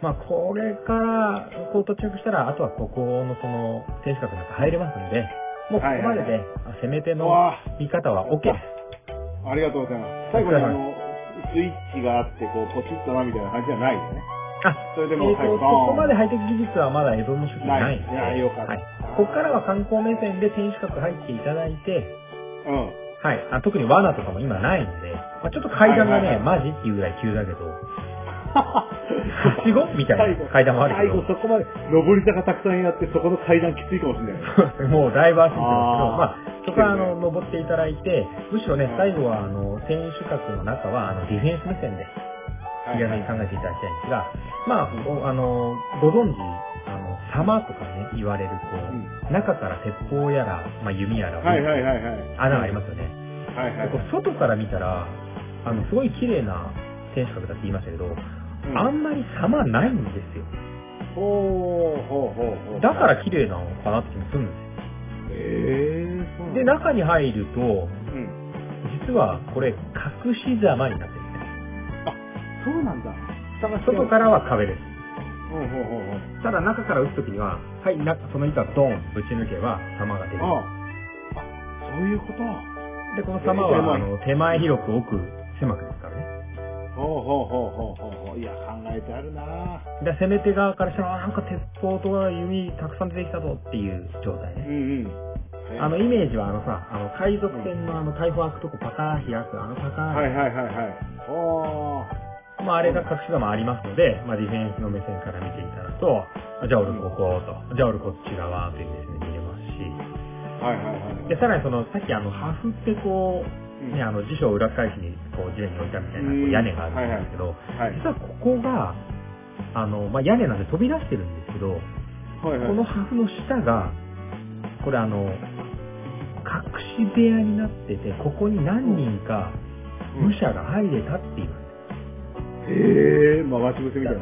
まあこれから、こう到着したら、あとはここのその、天守閣の中入れますんで、もうここまで
はいはい
で、あ攻め手
う
の
わ
見方は OK です。
あありがとうございます。最後にあの、スイッチがあって、こう、ポチッとなみたいな感じじゃないよね。
あ、
それ
え
で
っ、
もう
と、
最後、
こ
バーン
こまでハイテク技術はまだ江戸の初期にないんで、
ないいやよかった
はい。ここからは観光目線で天守閣入っていただいて、
うん。
はい。あ特に罠とかも今ないんで、まあ、ちょっと階段がね、
はいはい
マジっていうぐらい急だけど、 はしごみたいな階段もあるけど
最後そこまで、上り坂たくさんやって、そこの階段きついかもしれないよね。
もうだいぶ焦って
あ
ますけど、まあ、そこはあの、登っていただいて、むしろね、最後はあの、選手格の中は、あの、ディフェンス目線で、 いろいろ考えていただきたいんですが、まあ、おあの、ご存知、あの、様とかね、言われる、こう、中から鉄砲やら、まあ、弓やら、
はいはいはいはい。
穴がありますよね。
はいはい
こう外から見たら、あの、すごい綺麗な選手格だって言いましたけど、
うん
あんまり様ないんですよ。
ほうほうほうほう。
だから綺麗なのかなって気もするんです
えー、そう
よ。
なんだ
で、中に入ると、
うん。
実はこれ隠しざまになってるんですね。
そうなんだ。下が。
外かららは壁です。
ほうほうほうほう。
ただ中から打つときには、はい、なその板をドーンぶち抜けば弾が出る。
ああ。あ、そういうこと。
で、この弾
えー
は、
狭
あ
い
の手前広く奥狭くですからね。
ほうほうほうほうほうほう。いや、考えてあるな
で、攻め手側からしたら、あなんか鉄砲とか弓たくさん出てきたぞっていう状態
うん
ね。
うん。
あの、
はい
イメージはあのさ、あの、海賊船のあの、大砲開くとこパカーン開く、あのパカーン、
はいはいはいはい。ほ
まあ、あれが隠し玉ありますので、まあ、ディフェンスの目線から見ていただくと、あじゃあ俺ここと、じゃあ俺こっち側という目線で見れますし、
う。はいはいはい。
で、さらにその、さっきあの、ハフってこ
う
う、
ん
ね、あの、辞書を裏返しに、こう、地面に置いたみたいな、こ
う
うん屋根があるんですけど、
はい。
実はここが、あの、まあ、屋根なんで飛び出してるんですけど、
はいはい。
このハフの下が、これあの、隠し部屋になってて、ここに何人か
うん
武者が入れたっていうんです。
へえ、回し伏せみたいな感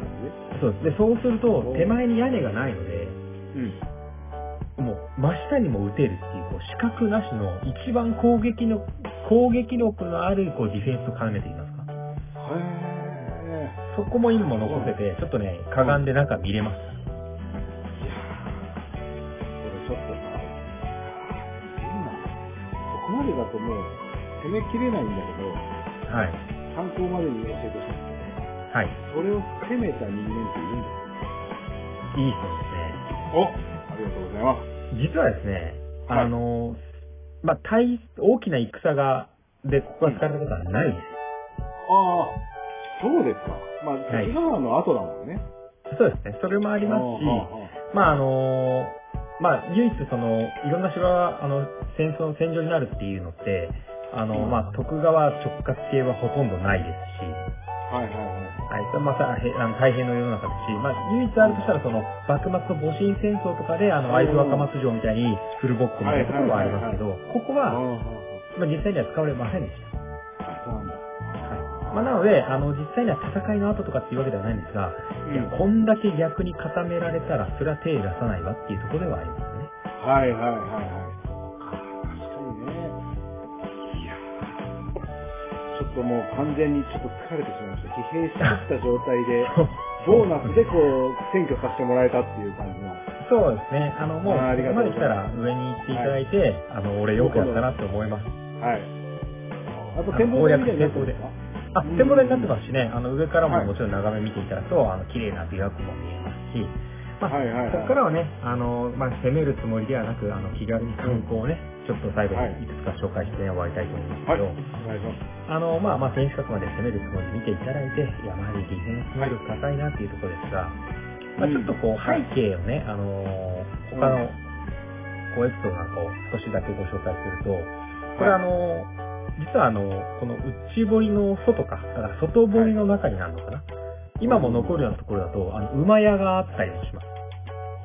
そうです。で、そうすると
お、
手前に屋根がないので、
じうん。
もう真下にも打てるっていう、こう死角なしの一番攻撃の、攻撃力のあるこうディフェンスと絡めていますか。
へえ。
そこも今も残せて、ちょっとね、かがんで中見れます。
いやーこれちょっとさ、変な、ここまでだともう攻めきれないんだけど、
はい。
参考までに教えてほしいんです
はい。
けど、それを攻めた人間っているんだよ。
いい人
おありがとうございます。
ですね。実はですね、
はい
あの、まあ、大、大きな戦が、で、ここが使われたことはないんです。
ああ、そうですか。まあ、
はい
関川の後だもんね。
そうですね。それもありますし、
し、
まああのまあ唯一その、いろんな城が、あの、戦争の戦場になるっていうのって、あの、
うん
まあ徳川直轄系はほとんどないですし、
はいはいはい。
はい、まあ、さへあの大変の世の中ですし、まあ唯一あるとしたらその、幕末の戊辰戦争とかで、あの、
うん
会津若松城みたいにフルボッコみたいなところはありますけど、ここ
ああ、
は、
あ
まあ実際には使われませんでし
あそうなんだ。
た。はい。まあ、なので、あの、実際には戦いの後とかっていうわけではないんですが、いや
うん
こんだけ逆に固められたら、それは手出さないわっていうところではありますね。
はいはいはいはい。確かにね。いやーちょっともう完全にちょっと疲れてしまいました。疲弊しきった状態で、ボーナスでこう、選挙させてもらえたっていう感じの。
そうですね。あの、もう、
あーあり
こ
が
こ
う
とまで
ご
来
ざいます
たら上に行っていただいて、あの、俺よくやったなって思います。
はい。あと
あ
展望台みたいになってるん
攻略
ですか
あ、
うん
展望台になってますしね、あの、上からも
はい
もちろん眺め見ていただくと、あの、綺麗な琵琶湖も見えますし、まあ、
はいはいはい
ここからはね、あの、まあ、攻めるつもりではなく、あの、気軽に観光をね、ちょっと最後
は
に
い
いくつか紹介して終わりたいと思うんですけ
はい。
ど、
お願いします。
あの、まあ、まあ、選手角まで攻めるつもりで見ていただいて、いや、まりディフェンス能力高いなっていうところですが、まあ、
うん
ちょっとこう、背
はい
景をね、あの、他の、こう、エピソードなんかを少しだけご紹介すると、これあ
はい
の、実はあの、この内堀の外か、だから外堀の中になるのかな。今も残るようなところだと、あの、馬屋があったりもします。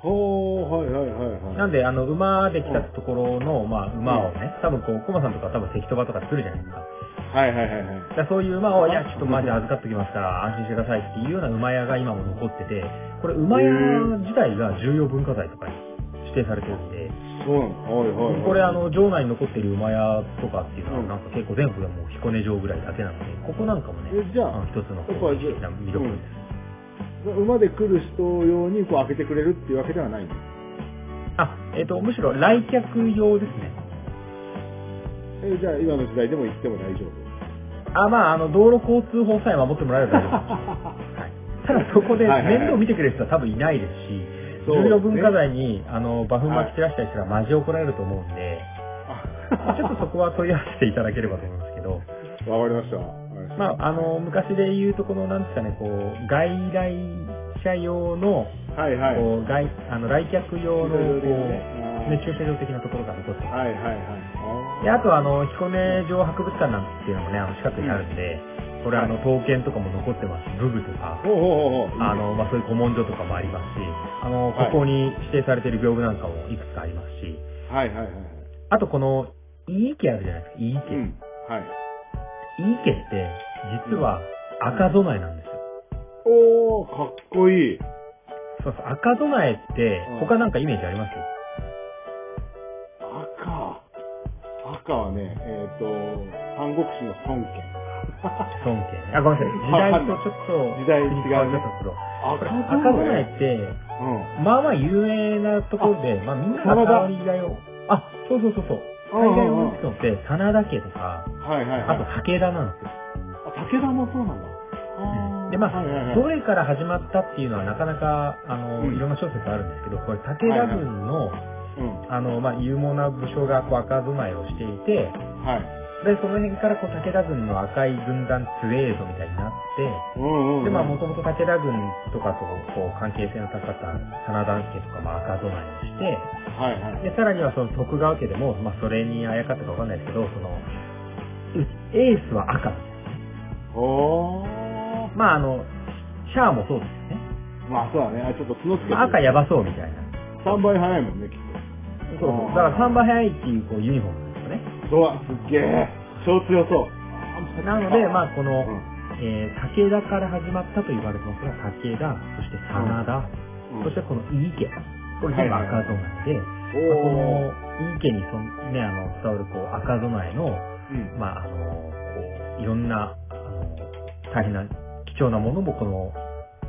ほー、はいはいはいはい。
なんで、あの、馬で来たところの、まあ、馬をね、多分こう、コマさんとか多分関戸場とか作るじゃないですか。
はいはいはいはい。
だからそういう馬を、いや、ちょっとマジ預かっておきますから、安心してくださいっていうような馬屋が今も残ってて、これ馬屋自体が重要文化財とかに指定されてるんで、
そうなのはいはいはい。
これあ
は
の、城内に残ってる馬屋とかっていうのは、なんか結構全国でもう彦根城ぐらいだけなので、ここなんかもね、
えじゃ
あの
あ、
一つのこう歴史的な魅力です。
馬で来る人用にこう開けてくれるっていうわけではないんです。
あ、えっ、と、むしろ来客用ですね。
えじゃあ、今の時代でも行っても大丈夫。
あ、まあ、あの、道路交通法さえ守ってもらえれば大丈 夫です。はいただそこで
はいはいはい
面倒見てくれる人は多分いないですし、
そうですね
重要文化財に、あの、馬粉巻き散らしたりしたらマジ怒られると思うん で、ちょっとそこは問い合わせていただければと思うんですけど、
わかりました。わかりました
まあ、あの、昔で言うとこの、なんですかね、こう、外来者用の、
はいはい。
こう、外、あの、来客用の、こ
駐車場的なね
う、ね、駐車場的なところが残ってます
はいはいはい。
で、あとはあの、彦根城博物館なんていうのもね、あの、近くにあるんで、これあの、刀剣とかも残ってますし、武具とか、
ほうほうほうほう。
あの、まあ、そういう古文書とかもありますし、あの、
はい
ここに指定されている屏風なんかもいくつかありますし、
はいはいはいはい。
あとこの、井伊家あるじゃないですか、井伊家。
うん。はい。
井伊家って、実は赤備えなんですよ。
おー、かっこいい。
そうそう、赤備えって
うん、
他なんかイメージあります
赤。赤はね、えっ、と、三国志の孫権。
孫権ね。あ、ごめんなさい。時代とちょっと、
時代違うね
変わっちゃったんですけど、これ
赤
赤備えって、
うん。
まあまあ有名なところで、まあみんなが
真田
代わり替えを。あ、そうそうそうそう。
うん
海
う
外
んう
を
ん
打つのって、真田家とか、
はいはいは
あ
い
と。武田なんですよ。
あ、武田もそうなんだ。あー
で、ま
はいはいは
あ、
い
どれから始まったっていうのはなかなか、あの、
うん
いろんな小説あるんですけど、これ武田軍
う
の、
ん。
あの、まあ、有能な武将がこう赤備えをしていて、
はい。
で、その辺からこう武田軍の赤い軍団ツエードみたいになって、
うんうんうん。
で、まあ、もともと武田軍とかとこう関係性の高かった真田家とか、まあ、赤備えをして、
はいはい。
で、さらにはその徳川家でも、まあ、それにあやかったかわかんないですけど、その、うエースは赤。
ほー。
まあ、あの、シャアもそうですよね。
まあ、そうだね。あ、ちょっと角つけてる
まあ、赤やばそうみたいな。
3倍早いもんね、きっ
そうそう
あー
だから3倍早いっていう、こう、ユニフォームなんですよね。
と。うわ、すっげえ。超強そう。
なので、まあ、この、
うん
えー、武田から始まったと言われてますが、武田、そして真田、
うん
そしてこの井伊家。これ全部
はいはい
赤備えで、まあ
お
こ
お
の井伊家にその、ね、あの、伝わる、こう、赤備えの、
うん。
まあ、あの、こう、いろんな、あの、大変な、貴重なものもこの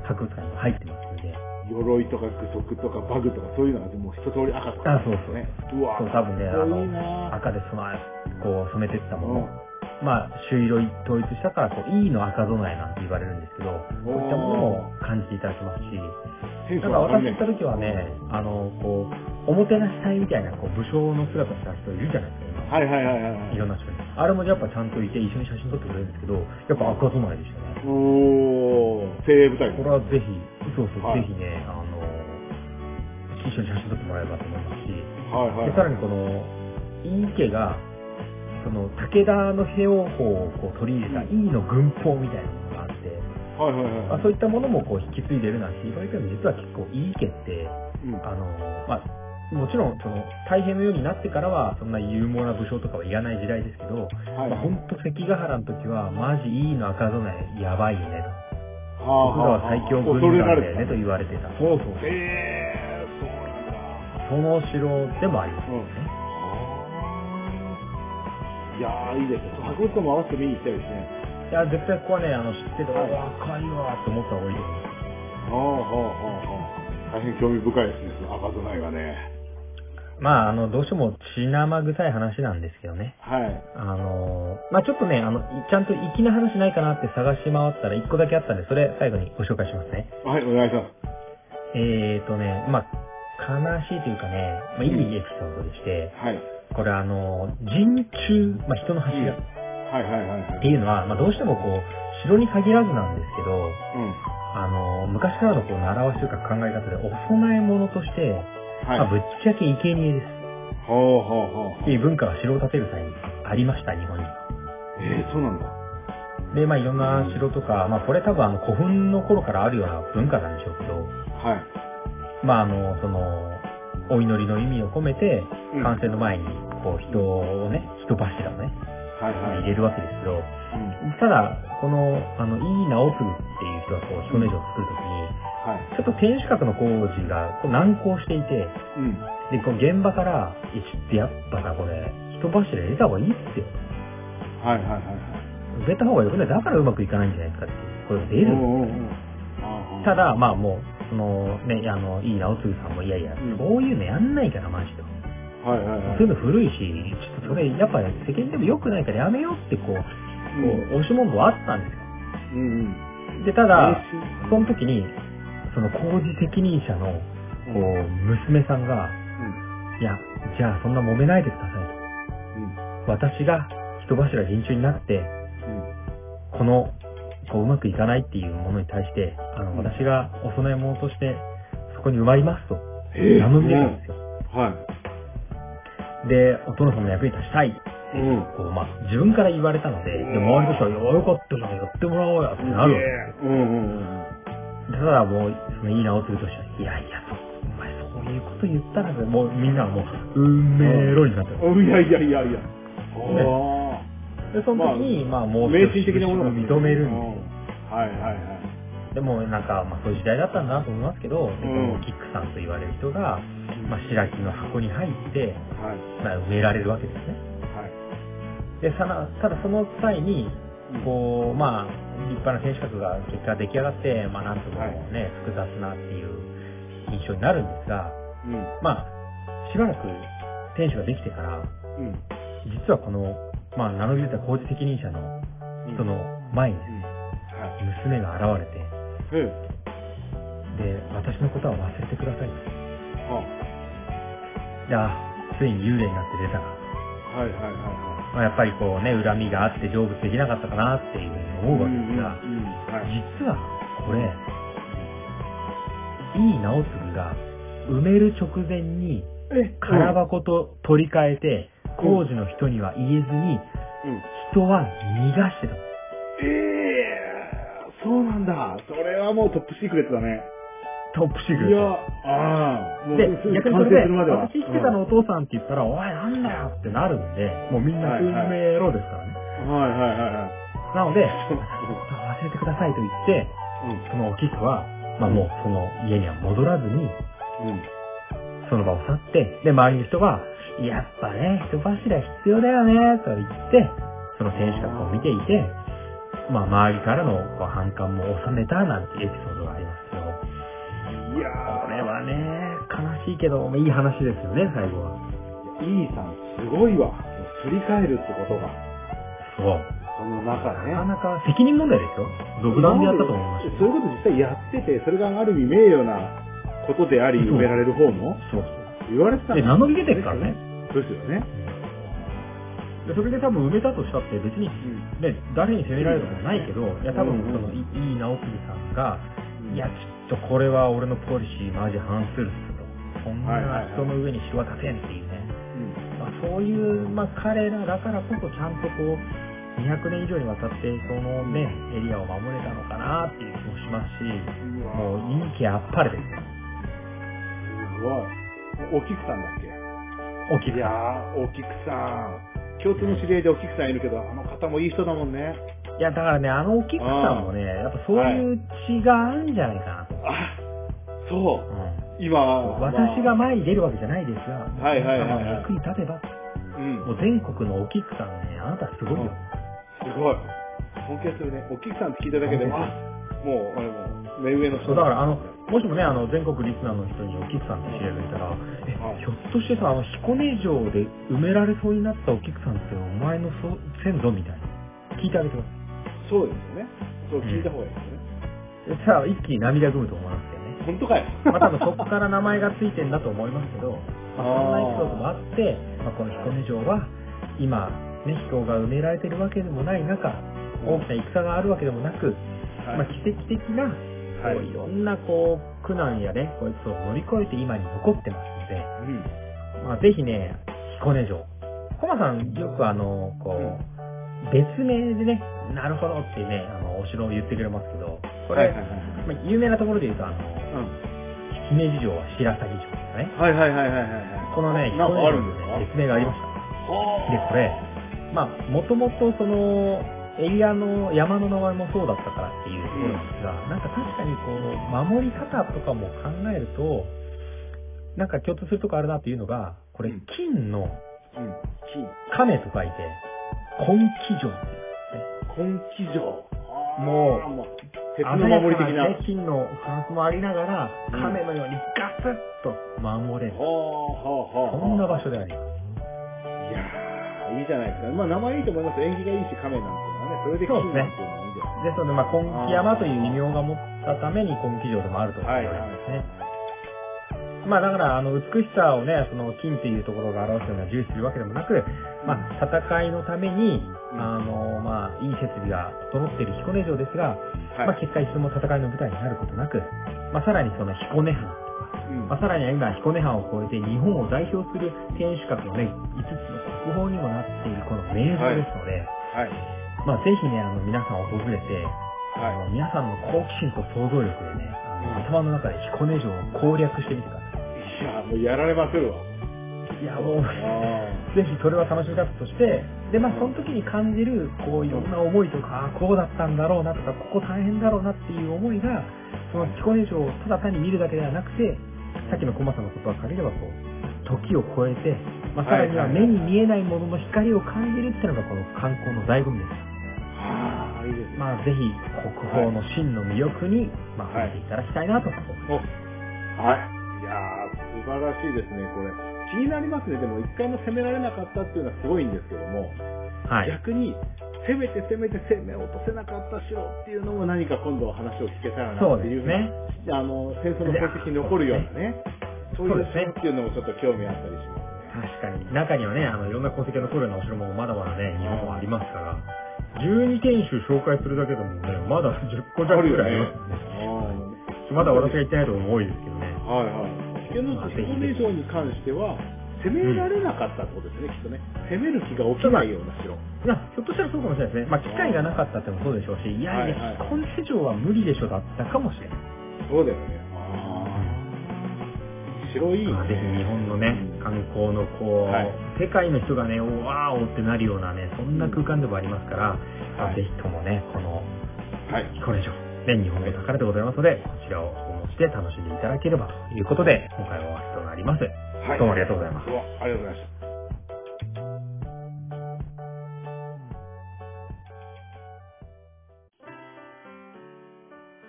博物館に入ってますんで、
鎧とか具足とかバグとかそういうのがもう一通り赤とか。
あそうそう
ね。うわ
そう多分ね
かっこいいな
赤でその、こう、染めてったも
う
の、
ん
まあ、朱色い統一したから、こう、いいの赤備えなんて言われるんですけど、こういったものも感じていただきますし、
テンシ
な
ョン
んか
上がる
私行った時はね、あの、こう、おもてなし隊みたいな、こう、武将の姿した人いるじゃないです
は
か、
いはいはいはいは
今。いろんな人に。あれもやっぱちゃんといて、一緒に写真撮ってくれるんですけど、やっぱ赤備えでしたね。
い。おー、精鋭部隊
これはぜひ、そうそう、
はい
ぜひね、あの、一緒に写真撮ってもらえればと思いますし、で
はいはい。
さらにこの、井伊家が、その、武田の平王法をこう取り入れた、
うん
井伊の軍法みたいなものがあって、
はいはいはい。
まあ、そういったものもこう引き継いでるなんて言われても、実は結構井伊家って、
うん
あの、まあ、もちろん、その、太平のようになってからは、そんな有能な武将とかはいらない時代ですけど、
はい
ま
は
あ、ほ
い
んと関ヶ原の時は、マジいいの赤備え、やばいよね、と。
は
僕らは最強軍
恐
団
れら
だ
れ
よね、と言われてた。そうそう。
えー、そうなんだ。
その城でもあります
う
よ
ん
ね。
いやー、いいですね。博物館も合わせて見に行きたいですね。
いや、絶対ここはね、あの、知ってて、
はい
あ赤いわーって思った方がいいと思います。
はあはあはあはあ。大変興味深いですね、その赤備えがね。
まあ、あの、どうしても血生臭い話なんですけどね。
はい。
あのーまあちょっとね、あの、いちゃんと粋な話ないかなって探し回ったら一個だけあったんで、それ最後にご紹介しますね。
はい、お願いします。
えーとね、まあ悲しいというかね、まあ、いいエピソードでして、
はい。
これあの、人中、まあ人の
う
柱
ん
っ
はいはいはいは
て
い。
いうのは、まあどうしてもこう、城に限らずなんですけど、
うん。
あの、昔からのこう、習わしというか考え方で、お供え物として、
はい。
まあぶっちゃけ生贄です。
ほうほうほう
っ。ていう文化が城を建てる際にありました、日本に。
えー、そうなんだ。
で、まあいろんな城とか、まあこれ多分あの古墳の頃からあるような文化なんでしょうけど、
はい。
まああの、その、お祈りの意味を込めて、
うん
完成の前に、こう人をね、人柱をね、
はい
まあ
はい。
入れるわけですけど、
うん。
ただ、この、あの、いい名を継ぐっていう人がこう、彦根城を作るときに、
はい。
ちょっと天守閣の工事がこう難航していて、
うん。
で、この現場から、いやちょっとやっぱさ、これ、人柱入れた方がいいっすよ。
はいはいはいはい。
植えた方がよくないだからうまくいかないんじゃないですかっていう声が出
うん
る
うんうん。
ただまあもうそのねあのいい直次さんもいやいや、
うん
そういうのやんないからマジで
はいはいはい。
そういうの古いしちょっとそれやっぱ世間でも良くないからやめようってこう,、こう押し文句はあったんですよ
うんうん。
でただ
嬉しい
その時にその工事責任者のこ
うん
う娘さん
う
が
ん。
「いやじゃあそんな揉めないでください」と私が人柱人中になって
うん。
このこううまくいかないっていうものに対してあの私がお供え物としてそこに埋まりますと
え
名乗り出たんですよ、
は
でお殿様の役に立ちたい
い。うん。
こう、まあ、自分から言われたのでで周りの人は「いやよかったじゃんやってもらおうや」ってなるわ
うんうんうん。
けでただもうそのいい名をするとしては「いやいやそうお前そういうこと言ったらもうみんなはもう運命論になってる
うんいやいやいやいや。
ね
あ
でその時に、まあ、
あ。
もう
迷信的なものが
認めるんですよ
うんはいはいはい。
でもなんか、まあ、そういう時代だったんだなと思いますけど、でこのキックさんと言われる人が、まあ、白木の箱に入って、
はい
まあ、埋められるわけですね。
はい。
でさなただその際に
うん
こう、まあ、立派な天守閣が結果出来上がって、まあ、なんともね、複雑なっていう印象になるんですが、
うん
まあ、しばらく天守ができてから、
うん
実はこの、まあ、名乗り出た工事責任者の
うん。
人の前に
うん。はい。
娘が現れて、
うん。
で、私のことは忘れてください。
あ
いや、ついに幽霊になって出たか。
はいはいはいは
まあ、やっぱりこうね、恨みがあって成仏できなかったかなっていうふうに
い。
思うわけです
うん
が、
うんうんはい。
実はこれ、いい直次が埋める直前に
え
空箱と取り替えて、工事の人には言えずに、
うん。
人は逃がしてた。
ええそうなんだ。それはもうトップシークレットだね。
トップシーク
い
レ
や
ット。、
ああ、もう
で、
すぐ
逆にそれで、私生きてた
う
のお父さんって言ったら、おい、なんだよってなるんで、もうみんな運命ロですからね。
んはいはいはいはい。
なので、忘れてくださいと言って、そのお菊は、まあもうその家には戻らずに、
うん。うん。
その場を去って、で、周りの人が、やっぱね、人柱必要だよね、と言って、その天守閣を見ていて、まあ周りからのこう反感も収めたなんてエピソードがありますけ
い
ど、
やー、
これはね、悲しいけど、いい話ですよね、最後は。
いいさん、すごいわ。振り返るってことが、
そう。
その中
な
ね。
かなか責任問題ですよ。独断でやったと思いますよ。
そういうこと実際やってて、それがある意味名誉なことであり、
そ
埋
う
められる方も
そう
言われて
そ
た
う。
ん
で、
だ
名乗り出てるからね。。
そうですよね。
でそれで多分埋めたとしたって別
う
に
ん。
ね、誰に責められることもないけど、いや、多分そ
うん
の、いいい直次さんが、
うん
いや、ちょっとこれは俺のポリシーマジ反するっすと。そん
はいはいは
な
い
人の上にしわ立てんっていうね。
うん。
まあ、そういう、まあ、彼らだからこそちゃんとこう、200年以上にわたって、そのね、エリアを守れたのかなっていう気もしますし、
うわ
もう、いい気あっぱれですね。
すごい。お菊さんだっけ
おき
いやー、お菊さん。共通の知り合いでお菊さんいるけど、あの方もいい人だもんね。
いや、だからね、あのおきくさんもね、やっぱそういう血があるんじゃないかなと。
あ、そ
うん
う。今、
私が前に出るわけじゃないですが、
はいはいはいはい
役に立てば、
うん
もう全国のおきくさんね、あなたすごいよ。
すごい。尊敬するね。お菊さんって聞いただけで、
尊敬
あ、もう、俺も、目上の
そ
人
うだからあの、もしもね、あの、全国リスナーの人におきくさんって知り合いがいたら、え、
はい
ひょっとしてさ、あの、彦根城で埋められそうになったおきくさんってお前のそ先祖みたいな。聞いてあげてくだ
そうですよね。そう聞いた方がいいですよね。
さい。そしたら一気に涙ぐむと思いますけどね。
本当かよ。
まあ多分そこから名前がついてんだと思いますけど、まあ、そんなエピソードもあって、まあ、この彦根城は今、ね、人が埋められてるわけでもない中、大きな戦があるわけでもなく、まあ、
はい。
奇跡的な、
はい
こういろんなこう苦難やね、こいつを乗り越えて今に残ってますの
うん。
で、まあ、ぜひね、彦根城。コマさん、よくあの、こう、
うん
別名でね、なるほどってね、あの、お城を言ってくれますけど、こ
はい
れ、
はいはい。
まあ、有名なところで言うと、あの、
うん。
姫路城は白鷺城ですね。
はいはいはいはいはい。
このね、
なんかあるん
彦
ですか
根城のね説明がありました。
はあ
で、これ、まあ、もともとその、エリアの山の名前もそうだったからっていうところなんですが、なんか確かにこう、守り方とかも考えると、なんか共通するとこあるなっていうのが、これ
うん、
金
う
の
ん。
亀と書いて、金騎城って
金、金騎乗。
もう
う、もう鉄の守り的な。
鮮やかね金のスタンスもありながら、
うん
亀のようにガツッと守れる
は。あはあはあはあ。
そんな場所であります。
いやーいいじゃないですか。まあ、名前いいと思います。縁起がいいし、亀なんていうのはね、それで金なんていうのもいいんじゃない
ですので、まあ、金木山という異名が持ったために金木城でもあると言われてますね。まあ、だから、あの、美しさをね、その、金というところが表すような重視するわけでもなく、まあ、戦いのために、
うん
あの、まあ、いい設備が整っている彦根城ですが、まあ、
はい。
結果一度も戦いの舞台になることなく、まあ、さらにその彦根藩、
うん
まあ、さらには今、彦根藩を超えて日本を代表する天守閣のね、5つの国宝にもなっているこの名城ですので、
はい。
まあ、ぜひね、あの、皆さん訪れて、あ
は
の皆さんの好奇心と想像力でね、あの頭の中で彦根城を攻略してみてくださ
い。いや、もうやられまくるわ。
い。いや、もう、
あ
ぜひそれは楽しみ方として、で、まあ、その時に感じる、こう、いろんな思いとか、あーこうだったんだろうなとか、ここ大変だろうなっていう思いが、その彦根城をただ単に見るだけではなくて、さっきの駒さんの言葉を借りれば、こう、時を超えて、まあ、さらには目に見えないものの光を感じるっていうのが、この観光の醍醐味です。
あ、いいですね。
まあ、ぜひ、国宝の真の魅力に、まあ、
はい
触れていただきたいなと思います。
おはい。いやー、素晴らしいですね、これ。気になりますね。でも、一回も攻められなかったっていうのはすごいんですけども、
はい。
逆に、攻めて攻めて攻め落とせなかった城っていうのも何か今度は話を聞けたらなっていうふうな
そう
あの、戦争の痕跡に残るようなね、そううい
で
う
す
城っ
ね
ていうのもちょっと興味あったりしますね。
確かに。中にはね、あの、いろんな功績の残るようなお城もまだまだね、日本はありますから、12天守紹介するだけでもね、まだ10個弱ぐらいありますね。まだ私が行ってないところも多いですけどね。
はいはい。危険の彦根城に関しては、攻められなかったってことですね、きっとね。攻める気が起きないような城。
まあ、ひょっとしたらそうかもしれないですね。まあ、機会がなかったってもそうでしょうし、いやい
はい
や、
はい
彦根城は無理でしょだったかもしれない。
そうだよね。城いい
まあ、ぜひ日本のね、観光のこう、
はい
世界の人がね、おーわーおーってなるようなね、そんな空間でもありますから、まあ
はい
ぜひともね、この
はい。
これ以上、ね、日本の宝でございますので、こちらをお持ちで楽しんでいただければということで、今回は終わりとなります。
はい。
どうもありがとうございます。
どうもありがとうございました。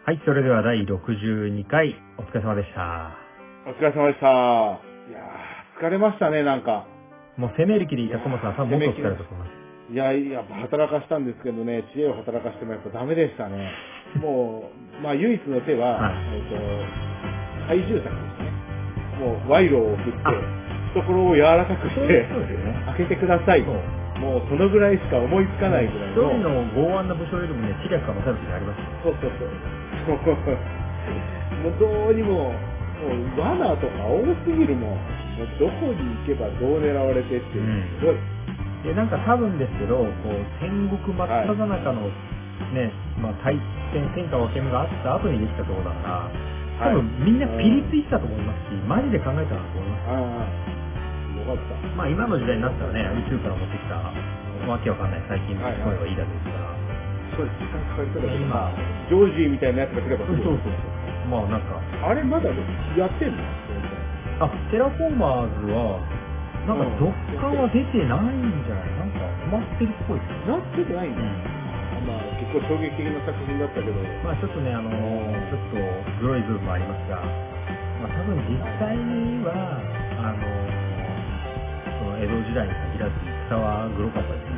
はい、それでは第62回、お疲れ様でした。
お疲れ様でした。いやー疲れましたね、なんか。
もう攻める気でいた小松さんは多分もっと疲れたと思います。
いや、やっぱ働かしたんですけどね、知恵を働かしてもやっぱダメでしたね。もう、まあ唯一の手は、
は
え
い
っ、と、怪獣宅ですね。もう賄賂を送って、懐を柔らかくし
そう
て
そうですね、
開けてください。
そう
もうそのぐらいしか思いつかないぐらい
一
の。
人の剛腕な武将よりもね、知略が勝る時があります
そう
よ。
そうそう。もうどうにも、もう罠とか多すぎるもん。もうどこに行けばどう狙われてっていう、
うん
すごい。
で、なんか多分ですけど、こう、戦国真っ只中の、ね、まあ、対戦、天下分け目があった後にできたところだから、多分みんなピリついてたと思いますし、マジで考えたと思いま
あ
す。
あ、よかった。
まあ今の時代になったらね、宇宙から持ってきた、わけわかんない最近の声はいいだけですから。
そうです、時間かかりそうだけど、
まあ
ジョージーみたいなやつが来れば
そうそうそう。まあなんか、
あれ、まだやってんの
あ、テラフォーマーズは、なんか続感は出てないんじゃないなんか止まってるっぽいですね。
なっててないんだ。まあ、結構衝撃的な作品だったけど、
まあちょっとね、あのちょっと黒い部分もありますが、まあ多分実際には、あのその江戸時代に限らず戦は黒かったですし、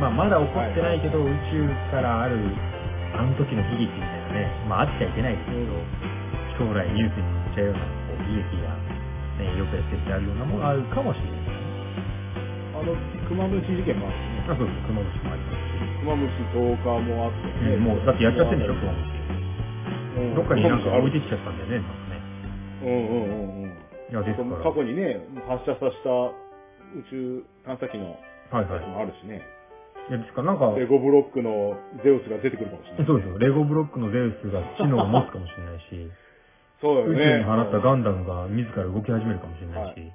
まあまだ起こってないけど、宇宙からある、あの時の悲劇みたいなね、まああっちゃいけないですけど、将来ニュースに載っちゃうようなこう悲劇が、ね、よくやっててあるようなものがあるかもしれないですね。
あの、熊虫事件もあってね。
あそうそう熊本もありますし
熊虫10日もあってね、
うんもうだってやっちゃってんでしょ、熊
うん
本。どっかになんか置いてきちゃったんだよね、なんかね。
うんうんうんうん。
いや、ですから。
過去にね、発射させた宇宙探査機の
はいは
や
い
つ。もあるしね、
いや、ですからなんか、
エゴブロックのゼウスが出てくるかもしれない。
そうですよ。レゴブロックのゼウスが知能を持つかもしれないし、
そうだよ
宇
ね。
宙に放ったガンダムが自ら動き始めるかもしれないし、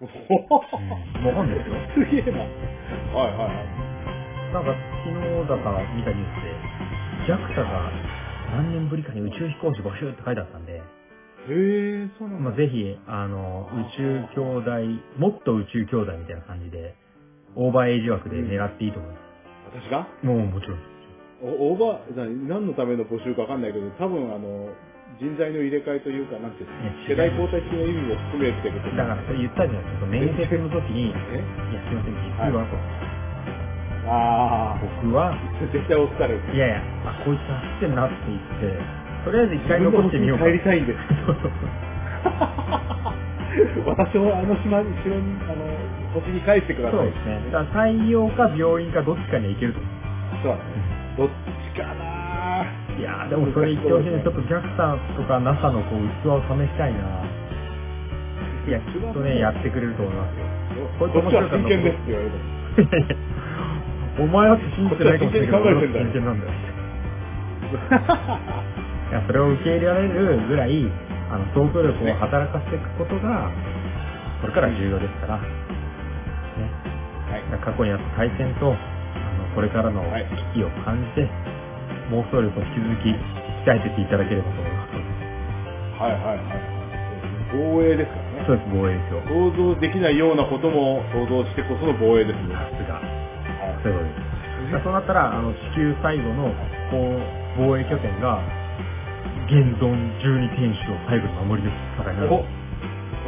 お
う
ー
ん、わかんないですよ。
すげえな。はいはいはい。
なんか、昨日だか見たニュースで、JAXA が何年ぶりかに宇宙飛行士募集って書いてあったん
へ
で、
え、そうなんだ。
まあ、ぜひ、あの、宇宙兄弟、もっと宇宙兄弟みたいな感じで、オーバーエイジ枠で狙っていいと思いま
私が
す。もうもちろん。
おオーバー、何何のための募集かわかんないけど、多分あの、人材の入れ替えというか、なんていうの
いや
世代交代的な意味も含めてこと
だから、それ言ったじゃないですか。面接の時に、いや、
え
すいません、実はと、
あ
僕は、
あ、絶対落ちたる。
いやいや、あ、こいつ走ってんなって言って、とりあえず一回残してみようか。
帰りたいん です。
そうそう
私をあの島に、城に、あの、星に帰ってくださ
そう
い。
ですね。だから採用か病院かどっちかには行けると思
そうだね。どっちかなぁ。
う。いやー、でもそれ言ってほしいね。ちょっと JAXA とか NASA のこう器を試したいな。いや、きっとね、やってくれると思いますよ。
こっちは真剣ですって言われた。
いやいやお前だって信じてないかもしれないけ
こっ
ど、
ちは
俺
真剣に考えてんだよ
は真剣なんだよ。いや、それを受け入れられるぐらい、あの、想像力を働かせていくことが、これから重要ですから、ね、
はい。
過去にあった対戦と、あの、これからの
はい
危機を感じて、妄想力を引き続き鍛えていっていただければと思います。
はいはいはい。防衛ですからね。
そうです、防衛ですよ。
想像できないようなことも想像してこその防衛ですね。
さすが。
は
そういうことです。そうなったら、あの、地球最後の、こう、防衛拠点が、現存12天守を最後に守り抜く戦いになる
お。そ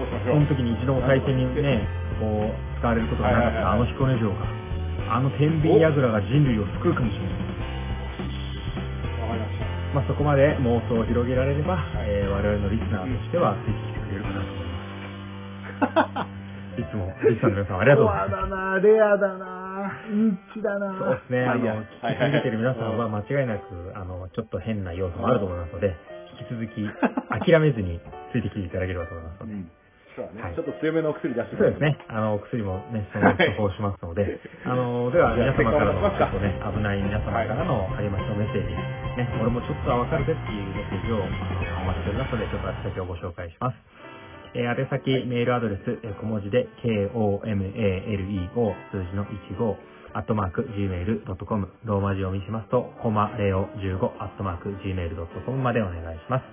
うしまし
そ
ょう
の。時に一度も対戦にね、こう、使われることがなかったあの彦根城が、あの天秤櫓が人類を救うかもしれない。
わかりまし
まあ、そこまで妄想を広げられれば、
い
えー我々のリスナーとしてはついてきてくれるかなと思い ます。いつも、リスナーの皆さんありがとうございます。
だなレアだなインチだな
そうですね、あの、聞
はい
き
はいはい
続けてる皆さんは間違いなく、あの、ちょっと変な要素もあると思いますので、引き続き諦めずについてきていただければと思いますので。
そうだね、
はい
ちょっと強めのお薬出してく
そ
れ
うです。ね。あの、お薬もね、その処方しますので、あの、では皆様からの、ちょっとね、危ない皆様からの励ましのメッセージ、ね、俺もちょっとはわかるぜっていうメッセージをあのお待ちしておりますので、ちょっと宛先をご紹介します。えー、宛先、メールアドレス、えー小文字で、k-o-m-a-l-e-o、数字の15、アットマーク、gmail.com、ローマ字読みしますと、コマ、レオ15、アットマーク、gmail.com までお願いします。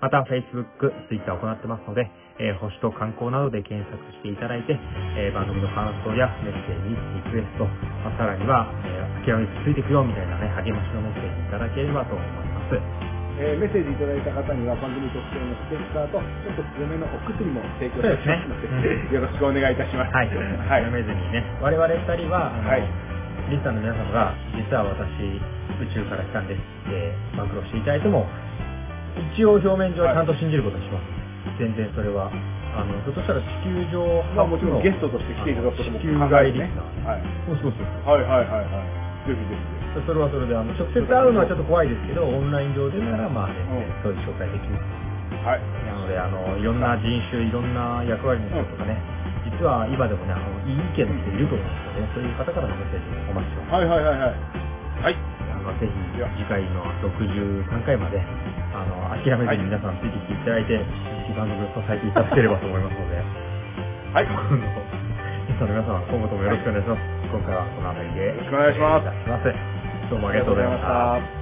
また、Facebook、Twitter を行ってますので、えー、星と観光などで検索していただいて、えー番組の感想やメッセージ、リクエスト、まあさらには、えー諦めずついていくよみたいなね、励ましのメッセージいただければと思います。
えーメッセージいただいた方には番組特製のステッカーと、ちょっと強めのお薬も提供しておりますの
そう
で、
ですね
よろしくお願いいたします。
はい、
はい。
諦めずにね、我々二人は、あの、
はい
リスナーの皆様が、実は私、宇宙から来たんですって、暴露していただいても、一応表面上はちゃんと信じることにしますので、全然それは、あの、ひょっとしたら地球上
まあ
初の、
もちろんゲストとして来ていただくことも
あの地球外リス
ね
ナーね。
はい。
そうそうそうそう。
はいはいはいはい。ぜひぜひ。
それはそれで、あの、直接会うのはちょっと怖いですけど、オンライン上でなら、まあ、全然そういう紹介できます。
はい。
なので、あの、いろんな人種、いろんな役割の人とかね、実は今でもね、あの、いい意見の人いると思うんですよね。そういう方からのメッセージもお待ちしてます。
はいはいはいはい。はい。
あの、はぜひ
いや
次回の63回まで、あの、諦めずに皆さんついてきていただいて、一番の分支えていただければと思いますので、
はい。
あのゲストの皆さん、今後ともよろしくお願いします。今回はこの辺りで、
よろしくお願いします
失礼いたします。どうもありがとうございました。
た。